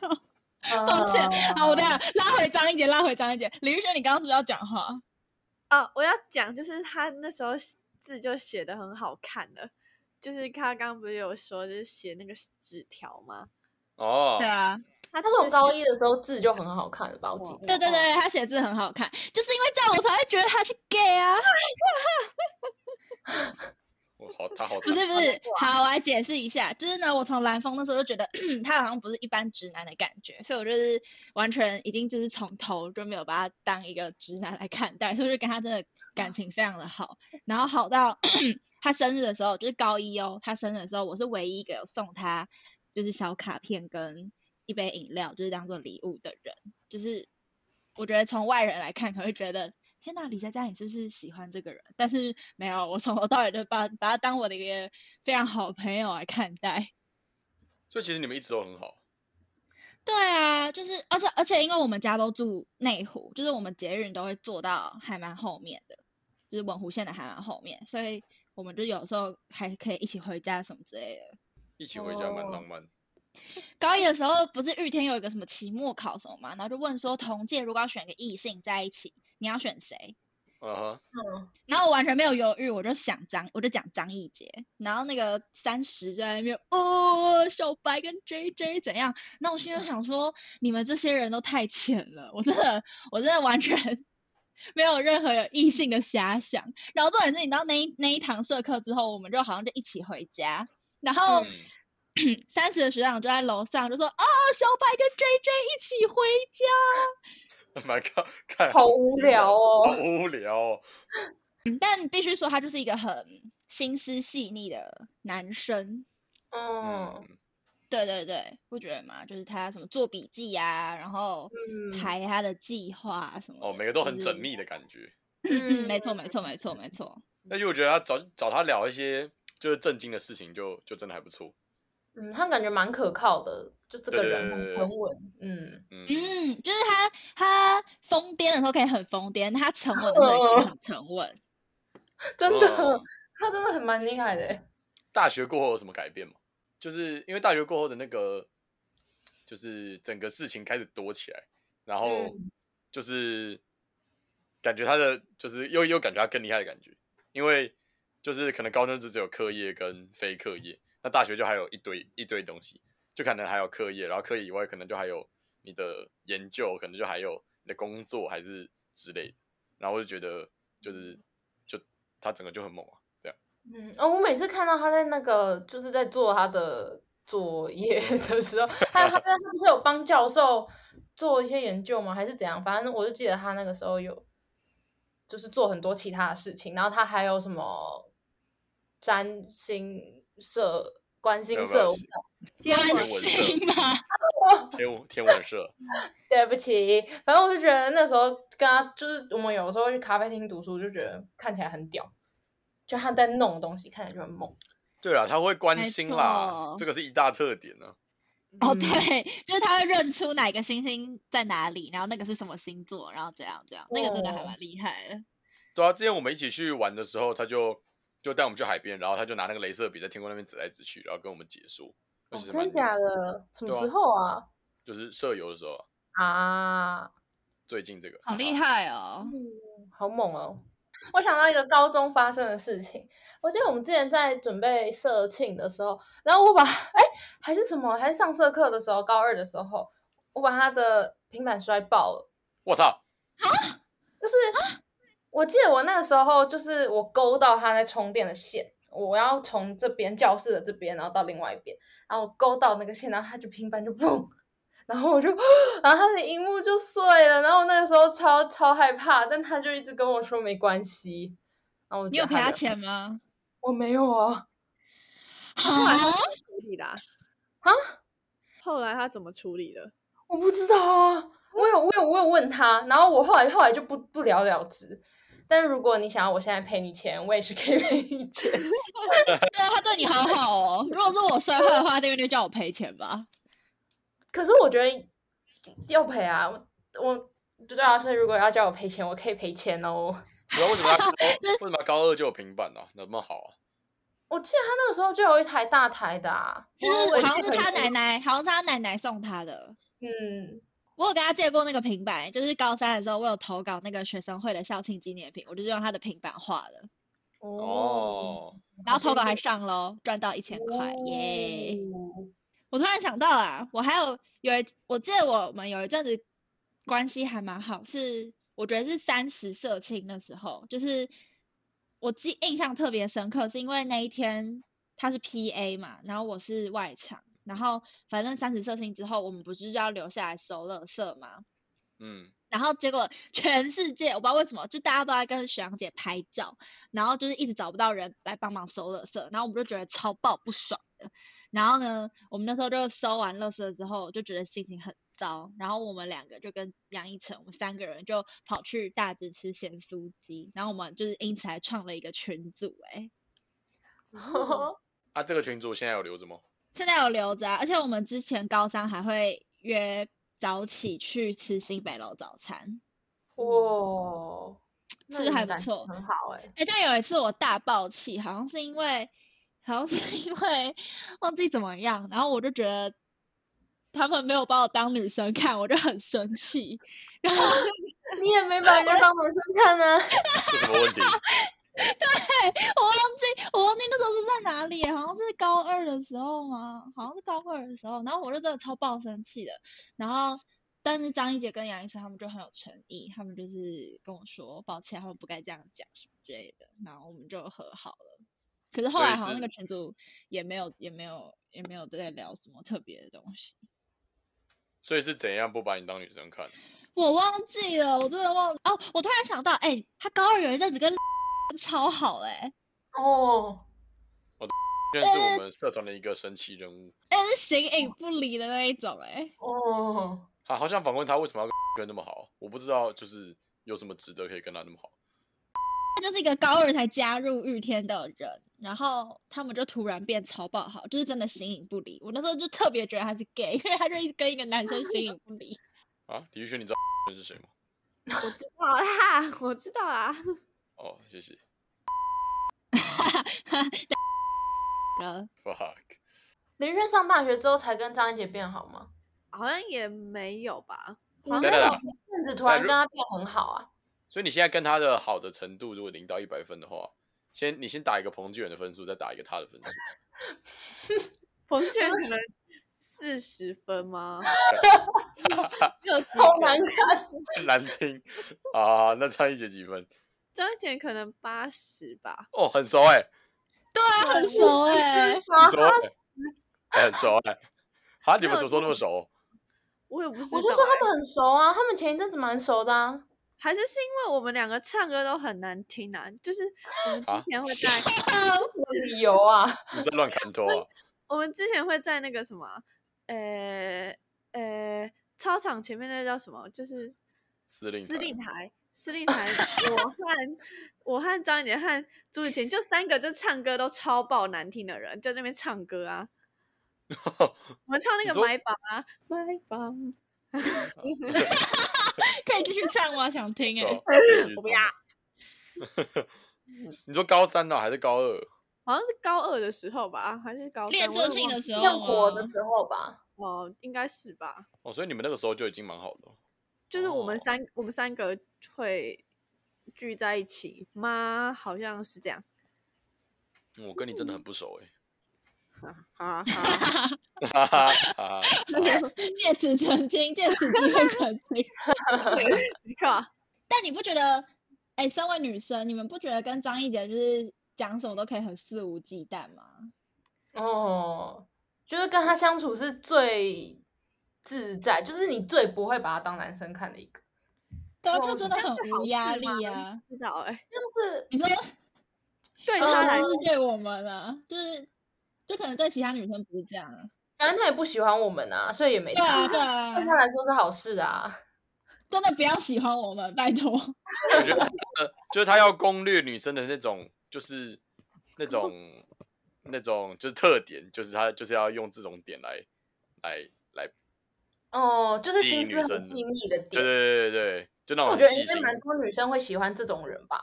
S1: 抱歉，
S4: 啊哦
S1: 啊好，我等一下拉回张一杰，拉回张一杰。李玉轩，你刚刚是不是要讲话？
S3: 啊，我要讲就是他那时候写字就写的很好看了，就是他刚刚不是有说就是写那个纸条吗？
S2: [LAUGHS] 哦，
S1: 啊，
S3: 他
S4: 他从
S3: 字
S4: 高
S3: 写
S4: 一的时候字就很好看了吧？我记
S3: 哇
S4: 得。
S1: 对对对，他写字很好看，就是因为这样我才会觉得他是 gay 啊。
S2: 我好，他
S1: 不
S2: 好惨，
S1: 是不是，好，我来解释一下，就是呢，我从蓝峰那时候就觉得 [CLEARS THROAT] 他好像不是一般直男的感觉，所以我就是完全已经就是从头就没有把他当一个直男来看待，所以就跟他真的感情非常的好，然后好到 [CLEARS THROAT] 他生日的时候，就是高一哦，他生日的时候，我是唯一一个有送他就是小卡片跟一杯饮料，就是当做礼物的人，就是我觉得从外人来看，可能会觉得天呐，李佳佳，你是不是喜欢这个人？但是没有，我从头到尾就把把他当我的一个非常好朋友来看待。
S2: 所以其实你们一直都很好。
S1: [LAUGHS] 对啊，就是而且而且，因为我们家都住内湖，就是我们捷运都会坐到还蛮后面的，就是文湖线的还蛮后面，所以我们就有时候还可以一起回家什么之类的。
S2: 一起回家蛮
S4: 哦
S2: 浪漫的，
S1: 高一的时候不是玉天有一个什么期末考什么嘛，然后就问说同届如果要选个异性在一起，你要选谁？
S2: 嗯哼，
S4: 嗯，
S1: 然后我完全没有犹豫，我就想张，我就讲张艺杰，然后那个三十在那边哦，小白跟 J J 怎样？那我心里就想说，你们这些人都太浅了，我真的，我真的完全没有任何有异性的遐想。然后重点是，你知道那一那一堂社课之后，我们就好像就一起回家，然后。
S2: 嗯
S1: [CLEARS THROAT] 三十的学长就在楼上就说：“啊，小白跟 J J 一起回家。”
S2: [LAUGHS] 蛮靠看，
S4: 好无聊
S2: 好
S1: [LAUGHS]
S4: 哦。
S2: 无聊哦。
S1: 嗯但必须说，他就是一个很心思细腻的男生，哦
S4: 嗯，
S2: 嗯，
S1: 对对对，不觉得吗？就是他什么做笔记啊，然后排他的计划啊什么的
S2: 哦，每个都很
S1: 就是
S2: 缜密的感觉。
S1: 嗯，没错，没错，没错，没错。
S2: 那就我觉得他找找他聊一些就是震惊的事情就，就真的还不错。
S4: 嗯，他感觉蛮可靠的，就这个
S2: 对
S4: 人
S2: 对
S4: 很
S2: 对
S4: 沉稳，嗯，
S2: 嗯，
S1: 嗯，就是他他疯癫的时候可以很疯癫，他沉稳的时候也可以很沉稳。
S4: 真的，
S2: 哦
S4: 他真的很蛮厉害的欸，
S2: 大学过后有什么改变吗？就是因为大学过后的那个，就是整个事情开始多起来，然后就是感觉他的就是又又感觉他更厉害的感觉，因为就是可能高中就只有课业跟非课业，那大学就还有一堆一堆东西，就可能还有课业，然后课业以外可能就还有你的研究，可能就还有你的工作还是之类的，然后我就觉得就是就他整个就很猛啊，这样。
S4: 嗯，哦，我每次看到他在那个就是在做他的作业的时候，他他他不是有帮教授做一些研究吗？还是怎样？反正我就记得他那个时候有就是做很多其他的事情，然后他还有什么占星社、关心
S2: 有没有
S4: 社，
S2: 是
S4: 天
S1: 关
S4: 文
S1: 心嘛，
S2: 天文天文社，啊
S4: 对不起，反正我就觉得那时候跟他就是我们有时候去咖啡厅读书，就觉得看起来很屌，就他在弄的东西看起来就很猛。
S2: 对啦，他会关
S1: 没
S2: 心啦
S1: 错，
S2: 这个是一大特点呢、
S1: 哦，
S4: 嗯
S1: 对，就是他会认出哪个星星在哪里，然后那个是什么星座，然后怎样怎样，那个真的还
S4: 哦
S1: 蛮厉害的。
S2: 对啊，之前我们一起去玩的时候，他就就带我们去海边，然后他就拿那个镭射笔在天空那边指来指去，然后跟我们解说。
S4: 哦
S2: 而且，是
S4: 真
S2: 蛮
S4: 假？的？什么
S2: 对啊
S4: 时候啊？
S2: 就是舍友的时候啊，
S4: 啊，
S2: 最近这个啊
S1: 好厉
S2: 哈哈。
S1: 害哦！
S4: 好猛哦！我想到一个高中发生的事情，我记得我们之前在准备社庆的时候，然后我把 [LAUGHS] 哎还是什么，还是上社课的时候，高二的时候，我把他的平板摔爆了。
S2: 我操！
S4: 就是我记得我那个时候，就是我勾到他在充电的线，我要从这边教室的这边，然后到另外一边，然后我勾到那个线，然后他就平板就嘣，然后我就，然后他的荧幕就碎了，然后我那个时候超超害怕，但他就一直跟我说没关系，然后我
S1: 你
S4: 觉
S1: 有
S4: 得
S1: 赔他
S4: 的？
S1: 钱吗？
S4: 我没有啊，
S3: 后来他
S1: 啊
S3: 怎，么处理的啊？
S4: 啊
S3: [LAUGHS] 后来他怎么处理的？
S4: 我不知道啊，我有我有我有问他，然后我后来后来就不不了了之。但如果你想要我现在赔你钱，我也是可以赔你钱。
S1: 对啊，他对你好好哦。如果是我摔坏的话，那边就叫我赔钱吧。
S4: 可是我觉得要赔啊，我我对啊，所以如果要叫我赔钱，我可以赔钱哦。
S2: 不啊知道为什么
S4: [LAUGHS]
S2: 他高为什么他高二就有平板呢、啊？那么好啊？
S4: 我记得他那个时候就有一台大台的、啊，
S1: 是
S4: 我也
S1: 哦好像
S4: 记
S1: 是
S4: 得
S1: 他
S4: 很清
S1: 奶奶，好像是他奶奶送他的。
S4: 嗯，
S1: 我有跟他借过那个平板，就是高三的时候，我有投稿那个学生会的校庆纪念品，我就是用他的平板画的，
S4: 哦，
S2: 哦，
S1: 然后
S4: 好
S1: 投稿
S4: 先
S1: 还
S4: 进
S1: 上喽，赚到一千块，耶、
S4: 哦
S1: 我突然想到啦，我还有有一，我记得我们有一阵子关系还蛮好，是我觉得是三十社青的时候，就是我记印象特别深刻，是因为那一天他是 PA 嘛，然后我是外场，然后反正三十社青之后，我们不是就要留下来收垃圾嘛，
S2: 嗯，
S1: 然后结果全世界我不知道为什么，就大家都在跟学长姐拍照，然后就是一直找不到人来帮忙收垃圾，然后我们就觉得超爆不爽的。然后呢，我们那时候就收完垃圾之后，就觉得心情很糟。然后我们两个就跟杨一晨，我们三个人就跑去大直吃咸酥鸡，然后我们就是因此还创了一个群组、欸，
S2: 啊，这个群主现在有留着吗？
S1: 现在有留着、啊，而且我们之前高三还会约早起去吃新北楼早餐。
S4: [LAUGHS] 哇，
S1: 是不是
S4: 那你
S1: 还
S4: 们
S1: 不
S4: 感情
S1: 错
S4: 很好哎、
S1: 哎、但有一次我大爆气，好像是因为，好像是因为忘记怎么样，然后我就觉得他们没有把我当女生看，我就很生气。然后
S4: [LAUGHS] 你也没把人家当男生看啊， [LAUGHS]
S2: 这什么问题？
S1: 我忘记，我忘记那时候是在哪里，好像是高二的时候吗？好像是高二的时候，然后我就真的超爆生气的。然后，但是张一姐跟杨医生他们就很有诚意，他们就是跟我说抱歉，他们不该这样讲什么之类的，然后我们就和好了。可是后
S2: 所以
S1: 来好像那
S2: 是
S1: 个群组也没有也没有也没有在聊什么特别的东西，
S2: 所以是怎样不把你当女生
S4: [LAUGHS]
S2: 看？
S1: 我忘记了，我真的忘哦，我突然想到， [LAUGHS] 哎、他高二有一阵子跟超好哎、
S4: 哦，
S2: 居然是我们社团的一个神奇人物。
S1: 但哎是形影不离的那一种、哎，
S4: 哦，
S2: 好，好想访问他为什么要跟那么好，我不知道，就是有什么值得可以跟他那么好。
S1: 他就是一个高二才加入日天的人，然后他们就突然变超爆好，就是真的形影不离。我那时候就特别觉得他是 gay，因为他就一直跟一个男生形影不离。
S2: 啊，李宇轩，你知道 [LAUGHS] 是谁吗？
S3: 我知道啦，我知道啊。
S2: 哦，谢谢。
S1: 呃，
S2: [LAUGHS] Fuck，
S4: 林轩上大学之后才跟张一姐变好吗？
S3: 好像也没有吧？
S4: 你
S1: 啊
S3: 好
S4: 没
S3: 像
S2: 对
S4: 有
S2: 啦
S4: 前阵子突然
S2: 但如
S4: 跟他变很好啊？
S2: 所以你现在跟他的好的程度，如果零到一百分的话，先你先打一个彭志远的分数，再打一个他的分数。 [LAUGHS]
S3: 彭娟可能四十分吗？ [LAUGHS] 六十
S4: 好难看，
S2: 难听啊！那张一姐几分？
S3: 张姐可能八十吧。
S2: 哦，很熟哎、
S1: 对啊，很熟哎、
S2: 很熟哎、哎 [LAUGHS] 很熟哎、啊，你们什么时候那么熟？
S3: 我也不知道欸、
S4: 我就说他们很熟啊，他们前一阵子蛮熟的啊。
S3: 还是是因为我们两个唱歌都很难听啊，就是我们
S2: 啊
S3: 之前会在、
S4: 什么理由 [LAUGHS] 啊？
S2: 你在乱砍头啊？
S3: 我们之前会在那个什么，呃呃，操场前面那叫什么？就是
S2: 司令
S3: 司
S2: 台
S3: 令台，司令台。我和我和张姐和朱雨晴就三个，就唱歌都超爆难听的人，就在那边唱歌啊。
S2: [LAUGHS]
S3: 我们唱
S2: 你
S3: 那个
S2: 说
S3: 买榜啊，买榜，
S1: 可以继续唱吗？想听
S2: 对
S1: 哎、
S2: 啊
S3: 欸我不要。
S2: [LAUGHS] 你说高三呢、哦还是高二？
S3: 好像是高二的时候吧，还是高
S1: 列
S3: 三我
S1: 车
S3: 也
S1: 性
S3: 忘
S1: 的时
S4: 用
S1: 候
S4: 火
S1: 吗
S4: 的？时候吧，
S3: 哦，应该是吧。
S2: 哦，所以你们那个时候就已经蛮好的哦。
S3: 就是我
S2: 哦
S3: 们三、我们三个会聚在一起吗？好像是这样。
S2: 嗯我跟你真的很不熟哎、[LAUGHS]
S3: 啊， [LAUGHS] 好
S2: 哈哈哈哈哈！
S3: [LAUGHS]
S1: 借此澄清，借此机会澄清。
S3: 没错。
S1: 但你不觉得，哎、身为女生，你们不觉得跟张一姐就是讲什么都可以很肆无忌惮吗？
S4: 哦，就是跟他相处是最自在，就是你最不会把他当男生看的一个。
S1: 对啊，
S4: 哇
S1: 就真的
S3: 但
S1: 很
S3: 是好
S1: 无压
S3: 事吗
S1: 力啊。
S3: 知道哎、
S4: 就是
S1: 你说
S3: 对
S1: 呃
S3: 他来
S2: 嗯
S1: 就
S3: 说
S1: 是对我们啊，就是就可能对其他女生不是这样啊。
S4: 反正他也不喜欢我们啊，所以也没
S1: 对
S4: 差
S1: 啊，。对啊
S4: 对，他来说是好事啊。
S1: 真的不要喜欢我们，拜托。
S2: 我觉得呃就是他要攻略女生的那种，就是那种那种就是特点，就是他就是要用这种点来来来，
S4: 哦，就是
S2: 吸
S4: 心
S2: 引
S4: 思
S2: 女
S4: 很
S2: 生
S4: 细
S2: 的
S4: 腻的
S2: 对对
S4: 点。
S2: 对对对，就那
S4: 我
S2: 种
S4: 觉
S2: 很
S4: 得
S2: 细
S4: 应该
S2: 心。
S4: 蛮多女生会喜欢这种人吧。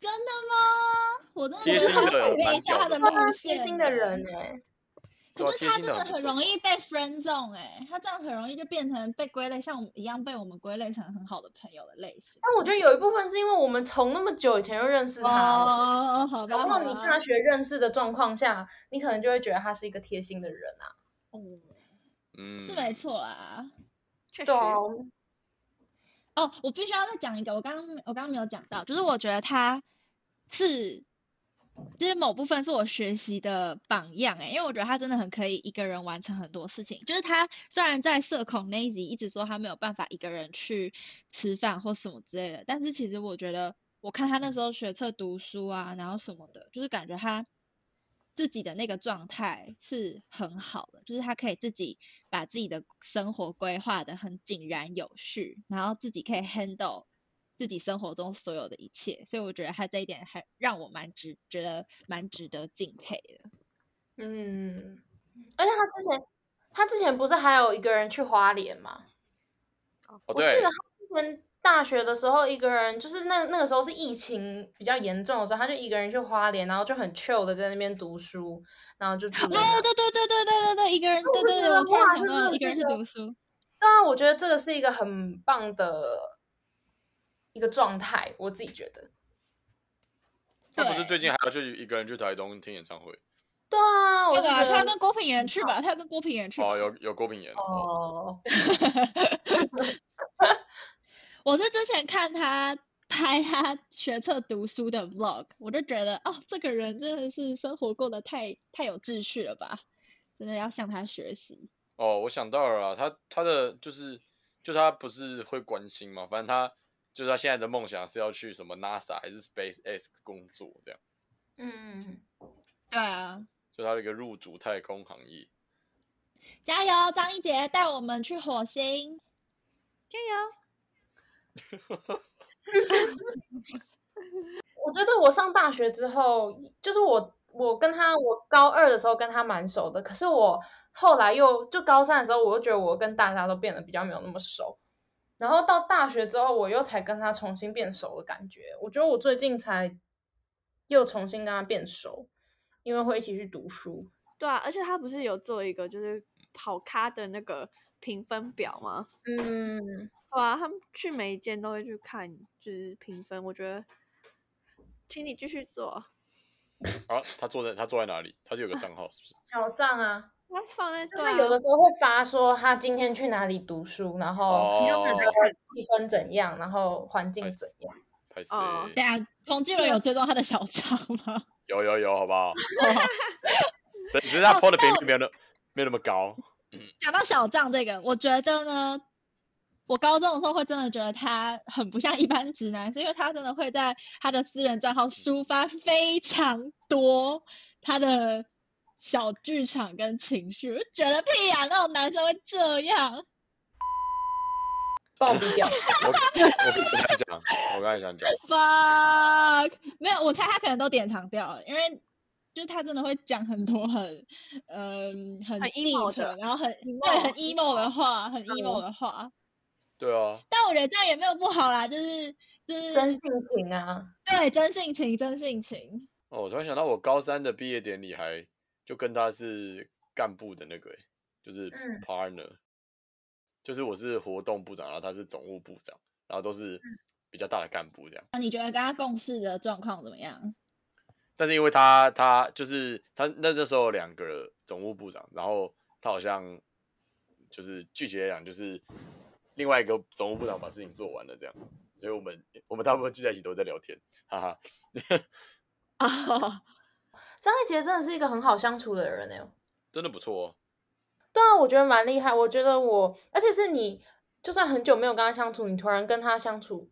S1: 真的吗？我真的
S2: 贴
S1: 觉
S2: 心
S1: 得他
S2: 的
S1: 改变一
S2: 蛮
S1: 下
S2: 屌
S1: 他的
S2: 的
S1: 路
S4: 他
S1: 线。欸
S4: 贴心的人，哎、
S2: 对啊
S1: 可是
S2: 贴
S1: 他
S2: 心
S1: 真
S2: 的
S1: 的
S2: 很不
S1: 很
S2: 错
S1: 容易被 friend zone 哎、他这样很容易就变成被归类，像我们一样被我们归类成很好的朋友的类型。
S4: 但我觉得有一部分是因为我们从那么久以前就认识他了。
S1: 哦，好吧，
S4: 然啊
S1: 好
S4: 后你
S1: 吧
S4: 大。学认识的状况下，你可能就会觉得他是一个贴心的人啊。
S3: 嗯，
S2: 嗯，
S1: 是没错啦。
S3: 确实
S4: 对啊，
S1: 哦，我必须要再讲一个，我刚刚我刚刚没有讲到，就是我觉得他是，就是某部分是我学习的榜样诶、因为我觉得他真的很可以一个人完成很多事情。就是他虽然在社恐那一集一直说他没有办法一个人去吃饭或什么之类的，但是其实我觉得我看他那时候学测读书啊，然后什么的，就是感觉他自己的那个状态是很好的，就是他可以自己把自己的生活规划的很井然有序，然后自己可以 handle 自己生活中所有的一切，所以我觉得他这一点还让我蛮值，觉得蛮值得敬佩的。
S4: 嗯，而且他之前，他之前不是还有一个人去花莲吗？
S2: 哦
S4: 我记
S2: 对
S4: 得他，之前大学的时候，一个人就是那那个时候是疫情比较严重的时候，他就一个人去花莲，然后就很 chill 的在那边读书，然后就住在那
S1: 哦，对对对对对对对，一个人，对
S4: 就
S1: 对
S4: 觉
S1: 对，
S4: 得
S1: 我突然
S4: 哇
S1: 想
S4: 这
S1: 到
S4: 真
S1: 了
S4: 的
S1: 一个
S4: 是
S1: 人
S4: 一
S1: 去
S4: 个
S1: 读书，
S4: 对啊，我觉得这个是一个很棒的一个状态，我自己觉得。
S2: 他不是
S1: 对
S2: 最近还要去一个人去台东听演唱会？
S4: 对啊，我
S1: 对
S4: 就
S1: 吧？
S4: 觉
S1: 他要
S4: 得
S1: 跟郭品言去吧，他要跟郭品言去吧。
S2: 哦，有有郭品言哦，
S4: 哦，
S1: 我是之前看他拍他学测读书的 vlog，我就觉得哦，这个人真的是生活过得太太有秩序了吧，真的要向他学习。
S2: 哦，我想到了啦，他他的就是就他不是会关心嘛，反正他就是他现在的梦想是要去什么 NASA 还是 SpaceX 工作这样。
S4: 嗯，
S1: 对啊，
S2: 就他的一个入主太空行业。
S1: 加油，张一杰带我们去火星。
S3: 加油！
S4: 我觉得我上大学之后，就是我我跟他，我高二的时候跟他蛮熟的，可是我后来又就高三的时候，我又觉得我跟大家都变得比较没有那么熟，然后到大学之后，我又才跟他重新变熟的感觉。我觉得我最近才又重新跟他变熟，因为会一起去读书。
S3: 对啊，而且他不是有做一个就是跑咖的那个评分表吗？
S4: 嗯，
S3: 对啊，他们去每一间都会去看，就是评分。我觉得，请你继续做，
S2: 啊，他坐在他坐在哪里？他是有个账号是不是？
S4: 小账啊，
S3: 他放在
S4: 就
S3: 对、
S4: 是
S3: 啊，
S4: 有的时候会发说他今天去哪里读书，然后
S3: 你要不要
S2: 哦
S3: 再
S4: 这个气氛怎样，然后环境怎样。
S2: 拍谁？
S3: 哦
S1: 等一下，冯继伦有追踪他的小账吗？
S2: 有有有，好不好？对，只是他 PO 的频率没有那没有那么高。
S1: 讲到小账这个，我觉得呢，我高中的时候会真的觉得他很不像一般直男，是因为他真的会在他的私人账号抒发非常多他的小剧场跟情绪，我就觉得屁呀、那种男生会这样。
S4: 帮我低调。
S2: 我我不想讲，我刚才想讲，
S1: fuck，没有，我猜他可能都典藏掉了，因为就是他真的会讲很多很，嗯、很
S3: 很 emo
S1: deep，
S3: 的
S1: 然后很对
S3: emo，
S1: 很 emo 的话，很 emo 的话。
S2: 对啊，
S1: 但我觉得这样也没有不好啦，就是就是
S4: 真性情啊，
S1: 对真性情，真性情。
S2: 哦，我突然想到，我高三的毕业典礼还就跟他是干部的那个、欸，就是
S4: 嗯
S2: partner，、就是我是活动部长，然后他是总务部长，然后都是
S4: 嗯
S2: 比较大的干部这样。
S1: 那你觉得跟他共事的状况怎么样？
S2: 但是因为他他就是他那那时候有两个总务部长，然后他好像就是具体来讲就是另外一个总务部长把事情做完了这样，所以我们我们大部分聚在一起都在聊天，哈哈。
S4: 张一杰真的是一个很好相处的人哎、
S2: 真的不错哦，
S4: 对啊，我觉得蛮厉害。我觉得我，而且是你，就算很久没有跟他相处，你突然跟他相处，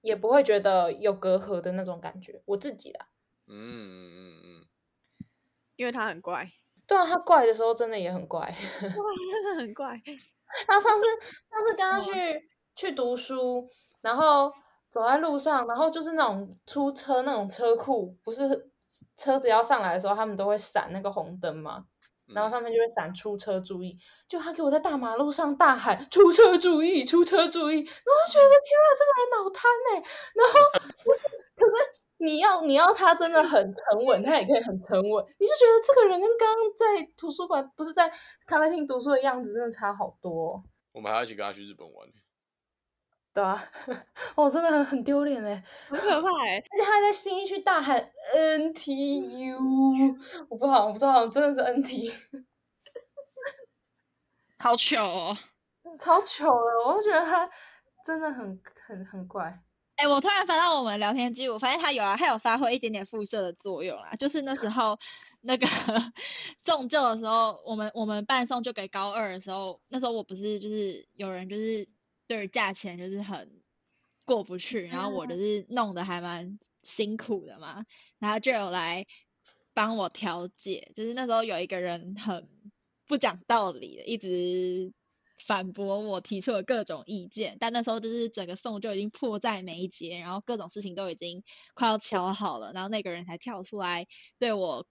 S4: 也不会觉得有隔阂的那种感觉。我自己啦，
S2: 嗯嗯嗯
S3: 因为他很怪， [LAUGHS]
S4: 对啊，他怪的时候真的也很怪。 [LAUGHS]
S3: 真的很怪。
S4: 然后上次上次跟他去去读书，然后走在路上，然后就是那种出车那种车库，不是车子要上来的时候，他们都会闪那个红灯吗？
S2: 嗯，
S4: 然后上面就会闪出车注意，就他给我在大马路上大喊出车注意，出车注意，然后我觉得天啊，这个人脑瘫哎、然后就是可是你要你要他真的很沉稳，他也可以很沉稳，你就觉得这个人跟刚刚在图书馆不是在咖啡厅读书的样子真的差好多哦、
S2: 我们还要一起跟他去日本玩，
S4: 对啊， [LAUGHS] 我、真的很很丢脸哎、
S3: 很可怕哎、
S4: 而且他还在新一区大喊 NTU，我不好，我不知道，真的是 NT。
S1: 好糗哦！
S4: 超糗的，我就觉得他真的很很很怪。
S1: 哎、我突然翻到我们聊天记录，发现他有啊，他有发挥一点点辐射的作用啦。就是那时候那个 [LAUGHS] 送旧的时候，我们我们办送就给高二的时候，那时候我不是就是有人就是对于价钱就是很过不去，然后我就是弄得还蛮辛苦的嘛，然后就有来帮我调解。就是那时候有一个人很不讲道理的，一直反驳我提出了各种意见，但那时候就是整个送就已经迫在眉睫，然后各种事情都已经快要敲好了，然后那个人才跳出来对我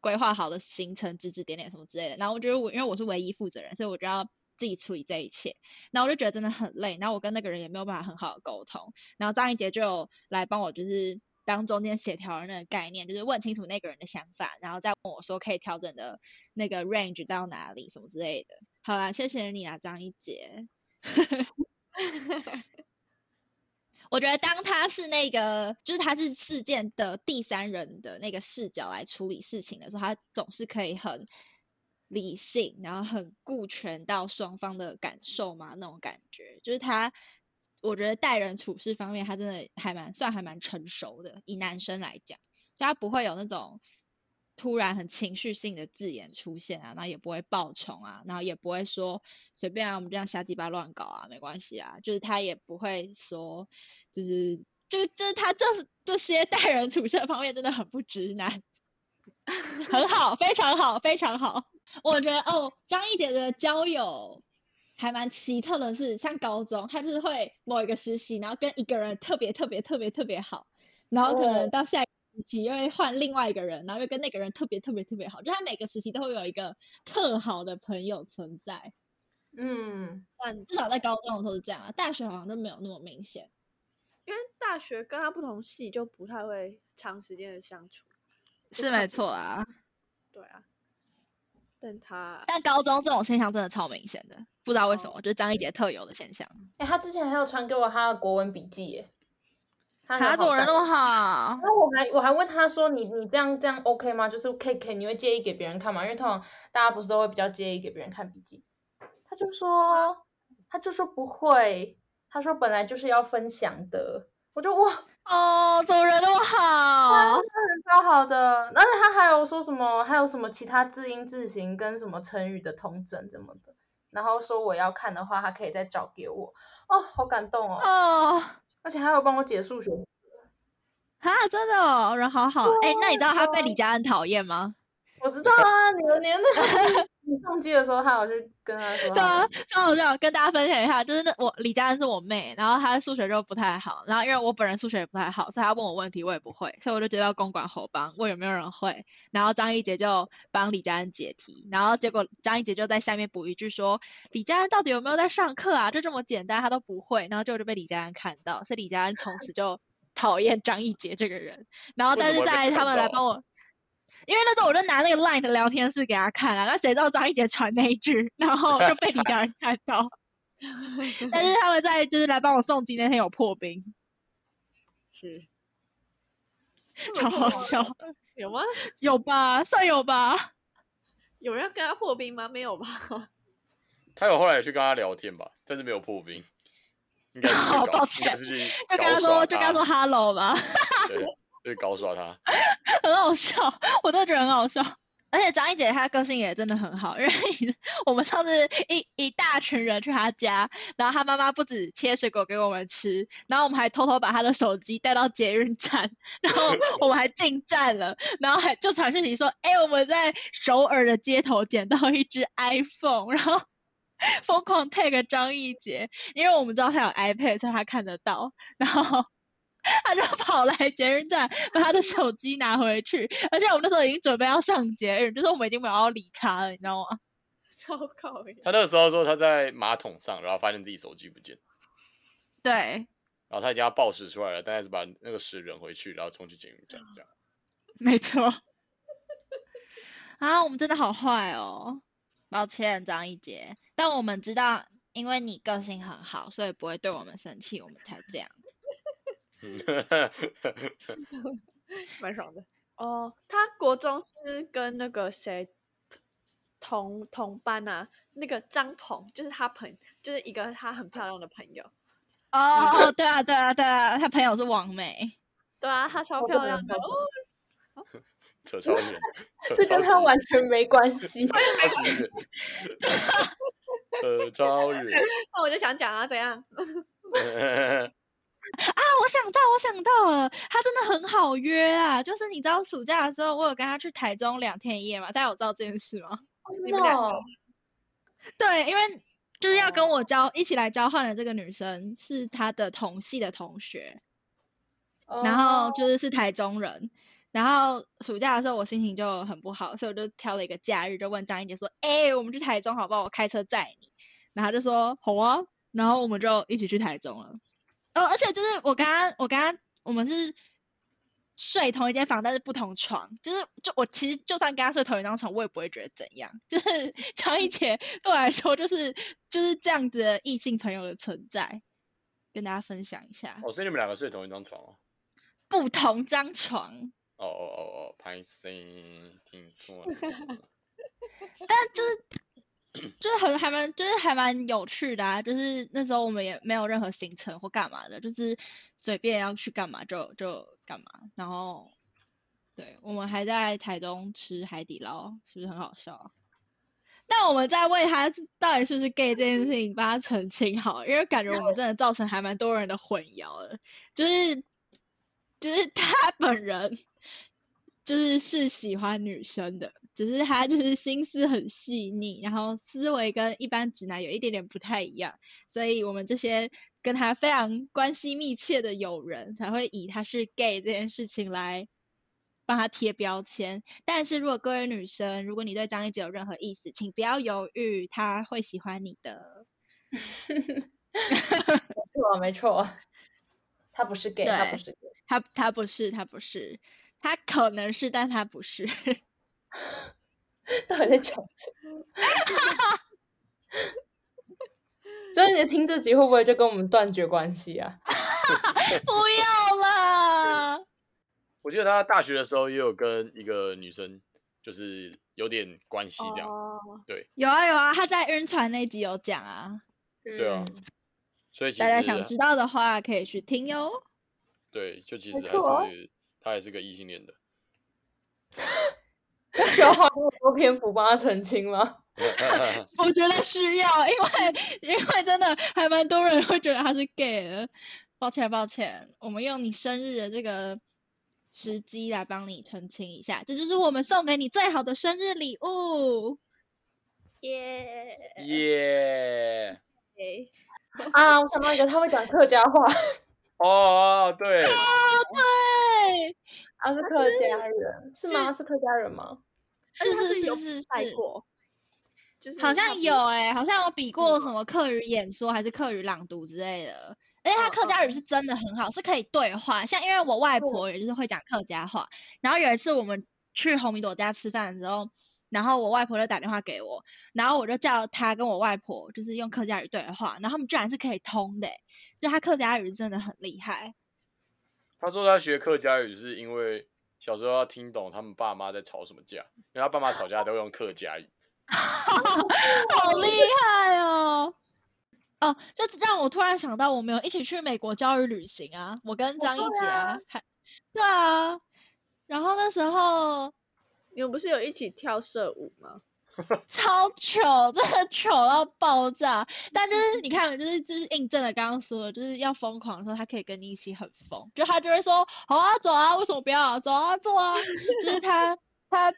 S1: 规划好的行程指指点点什么之类的。然后我觉得我因为我是唯一负责人，所以我就要。自己处理这一切，然后我就觉得真的很累，然后我跟那个人也没有办法很好的沟通，然后张一杰就有来帮我，就是当中间协调的那个概念，就是问清楚那个人的想法，然后再问我说可以调整的那个 range 到哪里什么之类的。好啦，谢谢你啊，张一杰。 [LAUGHS] 我觉得当他是那个，就是他是事件的第三人的那个视角来处理事情的时候，他总是可以很理性，然后很顾全到双方的感受嘛，那种感觉，就是他，我觉得待人处事方面，他真的还蛮算还蛮成熟的，以男生来讲，就他不会有那种突然很情绪性的字眼出现啊，然后也不会爆冲啊，然后也不会说随便啊，我们这样瞎鸡巴乱搞啊，没关系啊，就是他也不会说，就是就就是他这这些待人处事的方面真的很不直男。很好，非常好，非常好。我觉得哦，张一姐的交友还蛮奇特的是，像高中她就是会某一个实习，然后跟一个人特别特别特别特别好，然后可能到下一个实习又会换另外一个人，然后又跟那个人特别特别特别好，就她每个实习都会有一个特好的朋友存在。
S4: 嗯，
S1: 但至少在高中的时候是这样啊，大学好像就没有那么明显。
S3: 因为大学跟他不同系，就不太会长时间的相处。
S1: 是没错啦，
S3: 对啊，但他
S1: 但高中这种现象真的超明显的，不知道为什么，就是张一杰特有的现象。
S4: 哎、他之前还有传给我他的国文笔记耶，他
S1: 他
S4: 很
S1: 怎么人那
S4: 好
S1: 么
S4: 笑
S1: 好？
S4: 然后我还我还问他说你你这样这样 OK 吗？就是 K K 你会介意给别人看吗？因为通常大家不是都会比较介意给别人看笔记。他就说他就说不会，他说本来就是要分享的。我就哇，
S1: [LAUGHS] 哦，怎么人那么 [LAUGHS] 好？
S4: 超好的。但是他还有说什么，还有什么其他字音字形跟什么成语的通整什么的。然后说我要看的话，他可以再找给我。哦，好感动哦！
S1: 哦，
S4: 而且还有帮我解数学。
S1: 哈，真的哦，人好好。哎、那你知道他被
S4: 对
S1: 李佳恩讨厌吗？
S4: 我知道啊，你们你们那个你上机的时候，他有去跟他说他的。
S1: 对啊，超好笑。跟大家分享一下，就是那我李佳恩是我妹，然后她数学就不太好，然后因为我本人数学也不太好，所以她问我问题我也不会，所以我就接到公馆侯帮问有没有人会，然后张一杰就帮李佳恩解题，然后结果张一杰就在下面补一句说李佳恩到底有没有在上课啊？就这么简单他都不会，然后结果就被李佳恩看到，所以李佳恩从此就讨厌张一杰这个人，然后
S2: 为
S1: 但
S2: 什
S1: 是
S2: 么会
S1: 在
S2: 被
S1: 他
S2: 看
S1: 们来
S2: 到
S1: 帮我。因为那时候我就拿那个 LINE 的聊天室给他看啊，那谁知道张一杰传那一句，然后就被李佳恩看到。 [LAUGHS] 但是他们在就是来帮我送机那天有破冰，
S3: 是 [LAUGHS]
S1: [LAUGHS] 超好笑，
S3: 有吗？
S1: 有吧？算有吧？
S3: 有人要跟他破冰吗？没有吧？ [LAUGHS]
S2: 他有后来有去跟他聊天吧，但是没有破冰，
S1: [LAUGHS]
S2: 应该是去
S1: 好
S2: 搞
S1: 抱歉
S2: 应该是去
S1: 就跟他
S2: 搞
S1: 说，
S2: 耍
S1: 就跟他说
S2: 他，
S1: hello 吧， [LAUGHS]
S2: 对，就是搞耍他。
S1: 很好笑，我都觉得很好笑。而且张一姐她个性也真的很好，因为我们上次一一大群人去她家，然后她妈妈不止切水果给我们吃，然后我们还偷偷把她的手机带到捷运站，然后我们还进站了，然后还就传讯息说，哎、我们在首尔的街头捡到一只 iPhone，然后疯狂 tag 张一杰，因为我们知道他有 iPad，所以他看得到，然后他就跑来捷运站把他的手机拿回去，而且我们那时候已经准备要上捷运，就是我们已经没有要理他了，你知道吗？
S3: 超搞笑。
S2: [LAUGHS] 他那个时候说他在马桶上，然后发现自己手机不见，
S1: 对，
S2: 然后他已经要暴屎出来了，但还是把那个屎扔回去，然后冲去监狱站这样。 [LAUGHS]
S1: 没错。 [LAUGHS] 啊，我们真的好坏哦，抱歉张一杰，但我们知道，因为你个性很好，所以不会对我们生气，我们才这样。
S3: 蛮爽的。哦，他国中是跟那个谁同同班啊，那个张鹏就是他朋，就是一个他很漂亮的朋友。
S1: 哦哦，对啊对啊对啊，他朋友是王梅，
S3: 对啊，她超
S4: 哦这
S3: 漂
S4: 个
S3: 亮
S4: 人
S3: 的。
S4: 超
S3: 哦，
S2: 扯超远，扯
S4: 这跟他
S2: 超级
S4: 完全没关系。
S2: 超级远，扯超远。 [LAUGHS]
S3: 那我就想讲啊，怎样？
S1: 啊，我想到，我想到了，他真的很好约啊！就是你知道暑假的时候，我有跟他去台中两天一夜嘛，大家有知道这件事吗？[LAUGHS]
S4: [LAUGHS] 真
S3: 你
S4: 的
S3: 们俩
S4: 哦，
S1: 对，因为就是要跟我交一起来交换的这个女生是他的同系的同学，然后
S4: 哦
S1: 就是是台中人。然后暑假的时候，我心情就很不好，所以我就挑了一个假日，就问张一姐说：“哎、我们去台中好不好？我开车载你。”然后他就说：“好啊。”然后我们就一起去台中了。哦，而且就是我跟他，我跟他，我们是睡同一间房，但是不同床。就是就我其实就算跟他睡同一张床，我也不会觉得怎样。就是 [LAUGHS] 张一杰对我来说，就是就是这样子的异性朋友的存在，跟大家分享一下。
S2: 哦，所以你们两个睡同一张床哦。
S1: 不同张床，
S2: 哦哦哦哦，拍 C，听错了。
S1: 但就是就是很还蛮就是还蛮有趣的啊。就是那时候我们也没有任何行程或干嘛的，就是随便要去干嘛就就干嘛。然后，对我们还在台中吃海底捞，是不是很好笑啊？但我们在为他是到底是不是 gay 这件事情帮他澄清好，因为感觉我们真的造成还蛮多人的混淆的，就是就是他本人就是是喜欢女生的，只是他就是心思很细腻，然后思维跟一般直男有一点点不太一样，所以我们这些跟他非常关系密切的友人才会以他是 gay 这件事情来帮他贴标签。但是如果各位女生，如果你对张一杰有任何意思，请不要犹豫，他会喜欢你的。
S4: 是啊，没错，他不是 gay，他不
S1: 对
S4: 是 gay，
S1: 他他不是，他不是，他可能是，但他不是。
S4: [LAUGHS] 到底在讲什么？ [LAUGHS] 所以你听这集会不会就跟我们断绝关系啊？
S1: 不要了，
S2: 我记得他大学的时候也有跟一个女生，就是有点关系这样。
S3: 哦，
S1: 有啊有啊，他在晕船那集有讲啊，
S2: 对啊
S4: 嗯
S2: 所以其实啊
S1: 大家想知道的话可以去听哟。
S2: 对，就其
S4: 没
S2: 实还
S4: 错
S2: 是他还是个异
S1: [LAUGHS]
S2: 性恋的。
S4: [LAUGHS] 需要花那么多篇幅帮他澄清吗？
S1: 我觉得需要，因为因为真的还蛮多人会觉得他是 gay 的。抱歉抱歉，我们用你生日的这个时机来帮你澄清一下，这就是我们送给你最好的生日礼物。
S3: 耶！
S2: 耶！
S4: [LAUGHS] 啊，我想到一个，他会讲客家话，
S2: 哦，对，
S1: 哦，对，
S4: 啊是客家人是吗？是客家人吗？
S1: 是
S3: 而且他
S1: 是
S3: 有
S1: 是是
S3: 比赛
S1: 是。
S3: 过，就是
S1: 好
S3: 他
S1: 像
S3: 不
S1: 有哎、好像有比
S3: 嗯
S1: 过什么课语演说还是课语朗读之类的。而且他
S3: 嗯
S1: 客家
S3: 嗯
S1: 语是真的很好，是可以对话。像因为我外婆也就是会讲客家话，然后有一次我们去红米朵家吃饭的时候，然后我外婆就打电话给我，然后我就叫她跟我外婆就是用客家语对话，然后他们居然是可以通的、欸，就他客家语真的很厉害。
S2: 他说他学客家语是因为小时候要听懂他们爸妈在吵什么架，因为他爸妈吵架都用客家语。
S1: 好厉害哦！哦，这让我突然想到，我们有一起去美国教育旅行啊，我跟张一
S3: 对
S1: 杰
S3: 啊
S1: 啊，还对啊，然后那时候
S3: 你们不是有一起跳社舞吗？
S1: 超糗，真的糗到爆炸。但
S3: 嗯
S1: 就是你看，就是就是印证了刚刚说的，就是要疯狂的时候，他可以跟你一起很疯，就他就会说好啊，走啊，为什么不要啊、走啊，做啊， [LAUGHS] 就是他他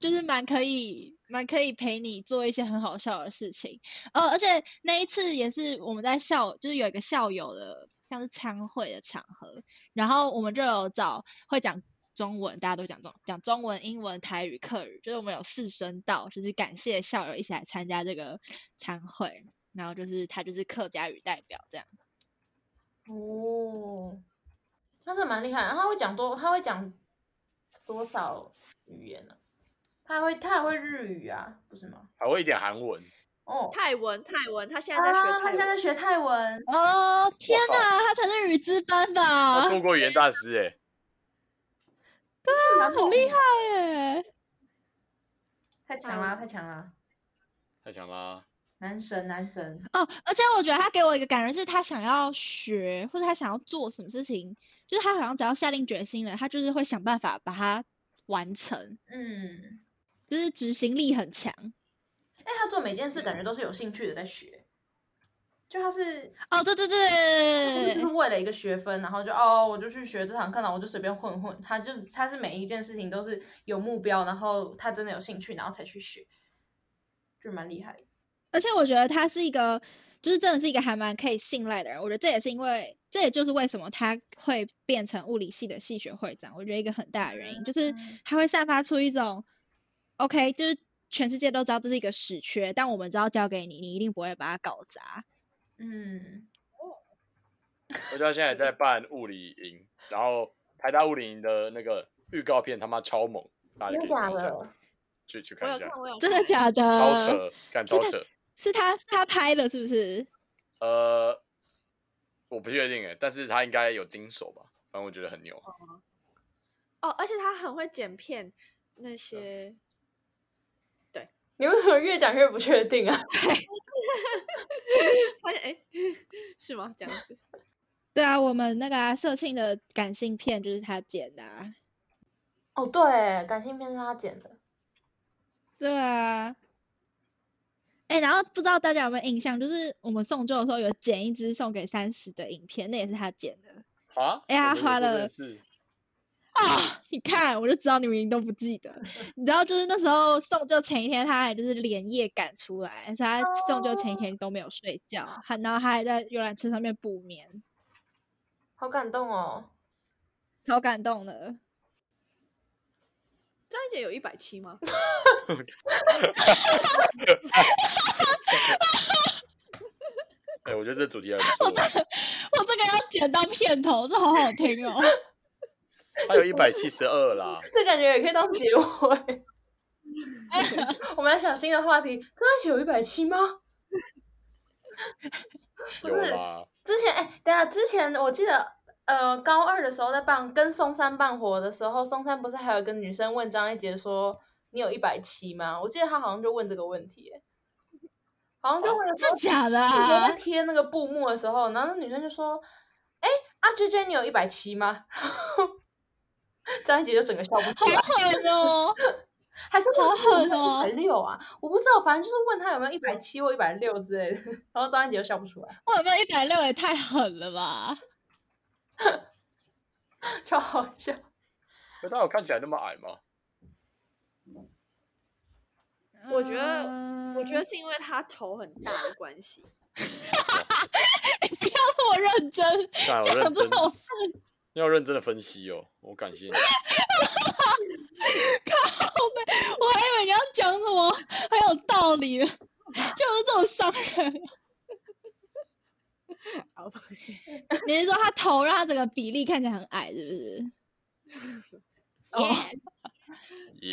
S1: 就是蛮可以蛮可以陪你做一些很好笑的事情。呃，而且那一次也是我们在校，就是有一个校友的像是参会的场合，然后我们就有找会讲中文，大家都讲中讲中文、英文、台语、客语，就是我们有四声道，就是感谢校友一起来参加这个参会，然后就是他就是客家语代表这样。
S4: 哦，他是蛮厉害的，他会讲多，他会讲多少语言呢、他还会，他还会日语啊，不是吗？
S2: 还会一点韩文，
S4: 哦，
S3: 泰文，泰文，他现在在学
S4: 啊，
S3: 泰
S4: 他现
S3: 文，
S4: 在在学泰文，
S1: 哦，天
S2: 靠
S1: 哪，他才是语之班吧
S2: 他？做过语言大师哎、
S4: 然后
S1: 很厉害耶！
S4: 太强啦，太强啦，
S2: 太强啊啦！
S4: 男神男神，
S1: 哦，而且我觉得他给我一个感觉是他想要学，或者他想要做什么事情，就是他好像只要下定决心了，他就是会想办法把它完成，
S4: 嗯，
S1: 就是执行力很强。
S4: 哎，他做每件事感觉都是有兴趣的在学，就他是
S1: 哦，对对
S4: 就
S1: 对
S4: 是，为了一个学分，然后就哦，我就去学这堂课，然后我就随便混混。他就是他是每一件事情都是有目标，然后他真的有兴趣，然后才去学，就蛮厉害的。
S1: 而且我觉得他是一个，就是真的是一个还蛮可以信赖的人。我觉得这也是因为，这也就是为什么他会变成物理系的系学会长。我觉得一个很大的原因就是
S4: 嗯
S1: 他会散发出一种，OK，就是全世界都知道这是一个死缺，但我们知道交给你，你一定不会把它搞砸。
S4: 嗯，
S2: 而且他现在也在办物理营，然后台大物理营的那个预告片他妈超猛，大家可以看一下，？去去
S3: 我
S2: 看
S3: 有
S2: 一下
S3: 看，，我有
S1: 真的
S3: 看
S1: 假的？
S2: 超扯，干超扯。
S1: 呃是他是他拍的，是不是？
S2: 呃，我不确定哎，但是他应该有经手吧，反正我觉得很牛。
S3: 哦，而且他很会剪片那些，
S4: 你为什么越讲越不确定啊？
S3: 发现哎， [LAUGHS] 是吗？这样子，
S1: 对啊，我们那个、啊、社庆的感性片就是他剪的、啊。
S4: [LAUGHS] 哦，对，感性片是他剪的，
S1: 对啊，哎、然后不知道大家有没有印象，就是我们送旧的时候有剪一支送给三十的影片，那也是他剪的。
S2: 啊？
S1: 哎呀
S2: 我觉得
S1: 花
S2: 这真的
S1: 了
S2: 是
S1: 啊，啊！你看，我就知道你明明都不记得。你知道，就是那时候送旧前一天，他还就是连夜赶出来，所以他送旧前一天都没有睡觉，还然后他还在游览车上面补眠，
S4: 好感动哦。
S1: 超感动的。
S3: 张一姐有一百七吗？
S2: 哎、我觉得这主题还
S1: [LAUGHS]
S2: 不错，
S1: 我这个要剪到片头，这好好听哦。
S2: 它有一百七十二啦。
S4: 这感觉也可以当结尾。 [LAUGHS] 我们来想新的话题，张一姐有一百七吗？不
S2: 有
S4: 是
S2: 啦，
S4: 之前哎，等一下之前我记得，呃，高二的时候在办跟松山办活的时候，松山不是还有一个女生问张一杰说：“你有一百七吗？”我记得她好像就问这个问题，哎好像就问了
S1: 哦真假的
S4: 女生在
S1: 啊？
S4: 贴那个布幕的时候，然后那女生就说：“哎、阿 J J，你有一百七吗？” [LAUGHS] 张一杰就整个笑不
S1: 好
S4: 出来，
S1: 狠哦！
S4: 还是问
S1: 好
S4: 她有
S1: 狠哦
S4: 一百六啊？我不知道，反正就是问他有没有一百七或一百六之类的， [LAUGHS] 然后张一杰就笑不出来，
S1: [LAUGHS] 我有没有一百六也太狠了吧？
S4: 超好
S1: [LAUGHS]
S4: 笑。
S2: 可他有看起来那么矮吗？
S3: 我觉得
S1: 嗯
S3: 我觉得是因为他头很大的关系。
S1: 你不要那么认真，
S2: 看我认
S1: [LAUGHS] 讲这
S2: 真，
S1: 种事，
S2: 要认真的分析哦。我感谢你，
S1: 靠背，我还以为你要讲什么很有道理的，就是这种伤人。
S3: 好吧
S1: 你是说他头让他整个比例看起来很矮，是不是？哦
S3: Yeah，
S2: 耶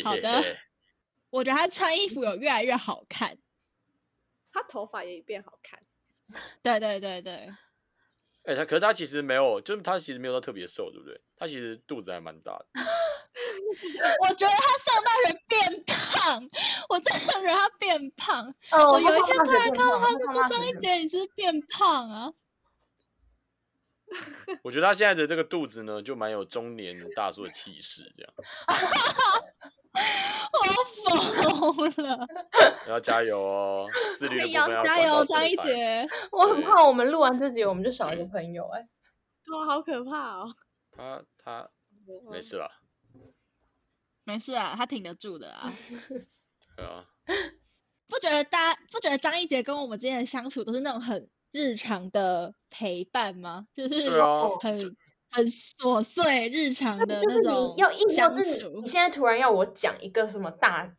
S1: [LAUGHS] 好的我觉得他穿衣服有越来越好看。
S3: 他头发也变好看。
S1: 对对对对，
S2: 哎、他可是他其实没有，就是他其实没有到特别瘦，对不对？他其实肚子还蛮大的。
S1: 我觉得他上大学变胖，我真的觉得他变胖。
S4: 哦
S1: 我有一天突然看到他
S4: 他
S1: 们说：“张一杰，你是不是变胖啊
S2: 我觉得他现在的这个肚子呢，就蛮有中年大叔的气势，这样。？”
S1: 我疯了！
S2: 要加油哦，自律的部
S1: 哎要
S2: 分要
S1: 加
S2: 管到
S1: 油，
S2: 身
S1: 张一
S2: 材。
S1: 杰！
S4: 我很怕我们录完这集我们就少一个朋友哎、
S3: 哇，好可怕哦！
S2: 他他没事啦，
S1: 没事啊，他挺得住的啊。
S2: 对啊，
S1: [LAUGHS] 不觉得大家不觉得张一杰跟我们之间的相处都是那种很日常的陪伴吗？就是哦
S2: 对啊
S1: 很很琐碎日常 [LAUGHS]
S4: 那
S1: 的
S4: 就是
S1: 那种
S4: 你要硬要
S1: 相
S4: 是你
S1: 处
S4: 你。现在突然要我讲一个什么大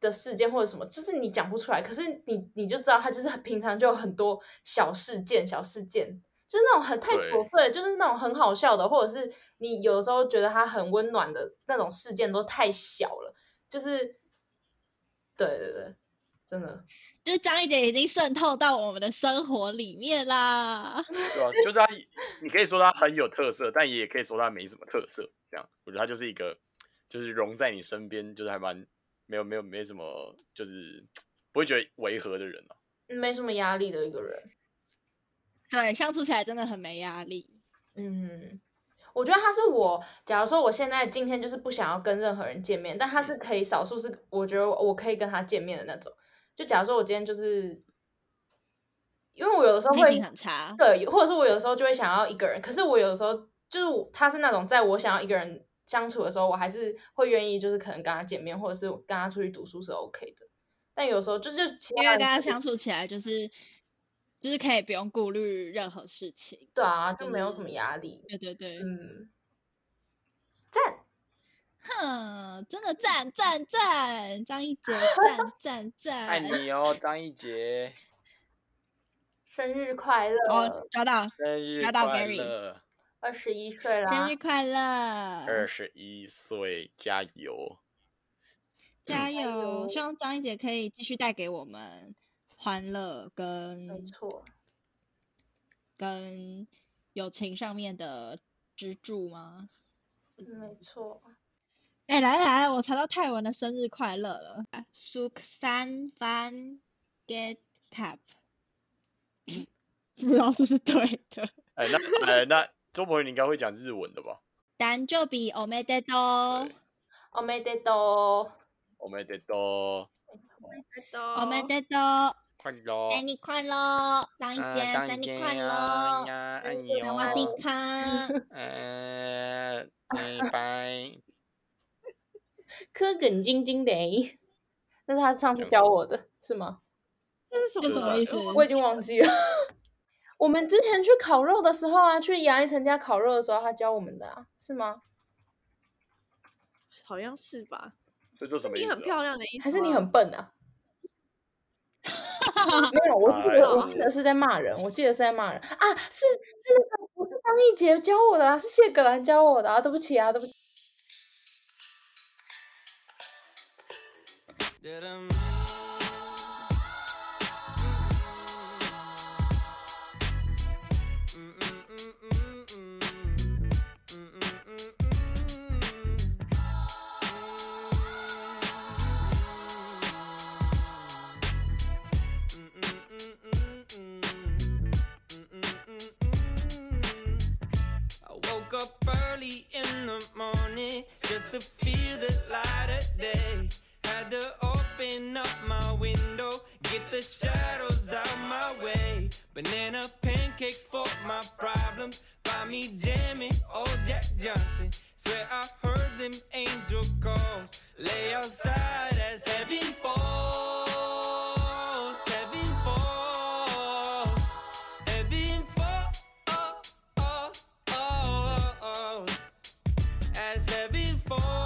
S4: 的事件或者什么，就是你讲不出来，可是你你就知道他就是很平常就有很多小事件、小事件，就是那种很太
S2: 对
S4: 琐碎了，就是那种很好笑的，或者是你有的时候觉得他很温暖的那种事件都太小了，就是对对对，真的
S1: 就是张一杰已经渗透到我们的生活里面啦。 [LAUGHS]
S2: 对啊，就是他，你可以说他很有特色，但也可以说他没什么特色，这样。我觉得他就是一个，就是融在你身边，就是还蛮没有没有没什么，就是不会觉得违和的人啊。
S4: 嗯没什么压力的一个人。
S1: 对，相处起来真的很没压力。
S4: 嗯，我觉得他是我，假如说我现在今天就是不想要跟任何人见面，但他是可以少数是我觉得我可以跟他见面的那种。就假如说我今天就是，因为我有的时候
S1: 心
S4: 会
S1: 情很差，
S4: 对，或者是我有的时候就会想要一个人，可是我有的时候就是我他是那种在我想要一个人相处的时候，我还是会愿意就是可能跟他见面，或者是跟他出去读书是 OK 的。但有时候就是就其
S1: 因
S4: 他
S1: 为
S4: 人
S1: 跟他
S4: 就是
S1: 相处起来就是就是可以不用顾虑任何事情。
S4: 对啊，就没有什么
S1: 嗯
S4: 压力。
S1: 对对对，
S4: 嗯，赞。
S1: 哼，嗯真的赞赞赞，张一 [LAUGHS] 杰赞赞赞，
S2: 哦，张一杰，
S4: 生日快乐！
S1: 哦，找到，
S2: 生日
S1: 加到快 Gary
S2: 乐，
S4: 二十一岁啦
S1: 生日，快
S3: 哦
S1: 乐，
S2: 十一岁，加油！
S1: 加
S4: 油
S1: 油！希望张一杰可以继续带给我们欢乐
S4: 没
S1: 跟
S4: 错，
S1: 跟友情上面的支柱吗？
S4: 没错。
S1: 哎，来来来，我查到泰文的生日快乐了，Suk San Van Get Cap，不知道是不是对的。
S2: 哎，那哎那周鹏宇，你应该会讲日文的吧？
S1: 但就比 o m e d e d o
S2: 对
S4: おめでと
S2: 我们得多
S1: 我
S3: 我
S1: 们的都
S2: 快啊乐
S1: 生日快乐，张一杰
S2: 啊
S1: 生日快乐，
S2: 爱
S1: 萨瓦迪卡，
S2: 呃，拜拜。
S4: 科梗晶晶雷， [LAUGHS] 那是他上次
S2: 讲
S4: 教
S2: 什么
S4: 我的，是吗？
S3: 这是什
S1: 这
S3: 么
S1: 什
S2: 么
S1: 么
S2: 意
S1: 意
S2: 思
S1: 思？
S4: 我已经忘记了。 [LAUGHS] 我们之前去烤肉的时候啊，去杨一成家烤肉的时候，他教我们的啊，是吗？
S3: 好像是吧？
S2: [LAUGHS] 这就什么意
S3: 你
S2: 思、啊
S3: 很漂亮的意思吗，
S4: 还是你很笨啊？ [LAUGHS] 没有，我记
S2: 哎呀
S4: 得我记得是在骂人，我记得是在骂人啊，是是那个不是张一杰教我的啊，是谢葛兰教我的啊，对不起啊，对不起。
S5: I woke up early in the morning just to feel the light of day. Had to open up my window, get the shadows out my way. Banana pancakes for my problems. Find me jamming, old Jack Johnson. Swear I heard them angel calls. Lay outside as heaven falls, heaven falls. Heaven falls as heaven falls. Mm, uh. oh, oh, Mm.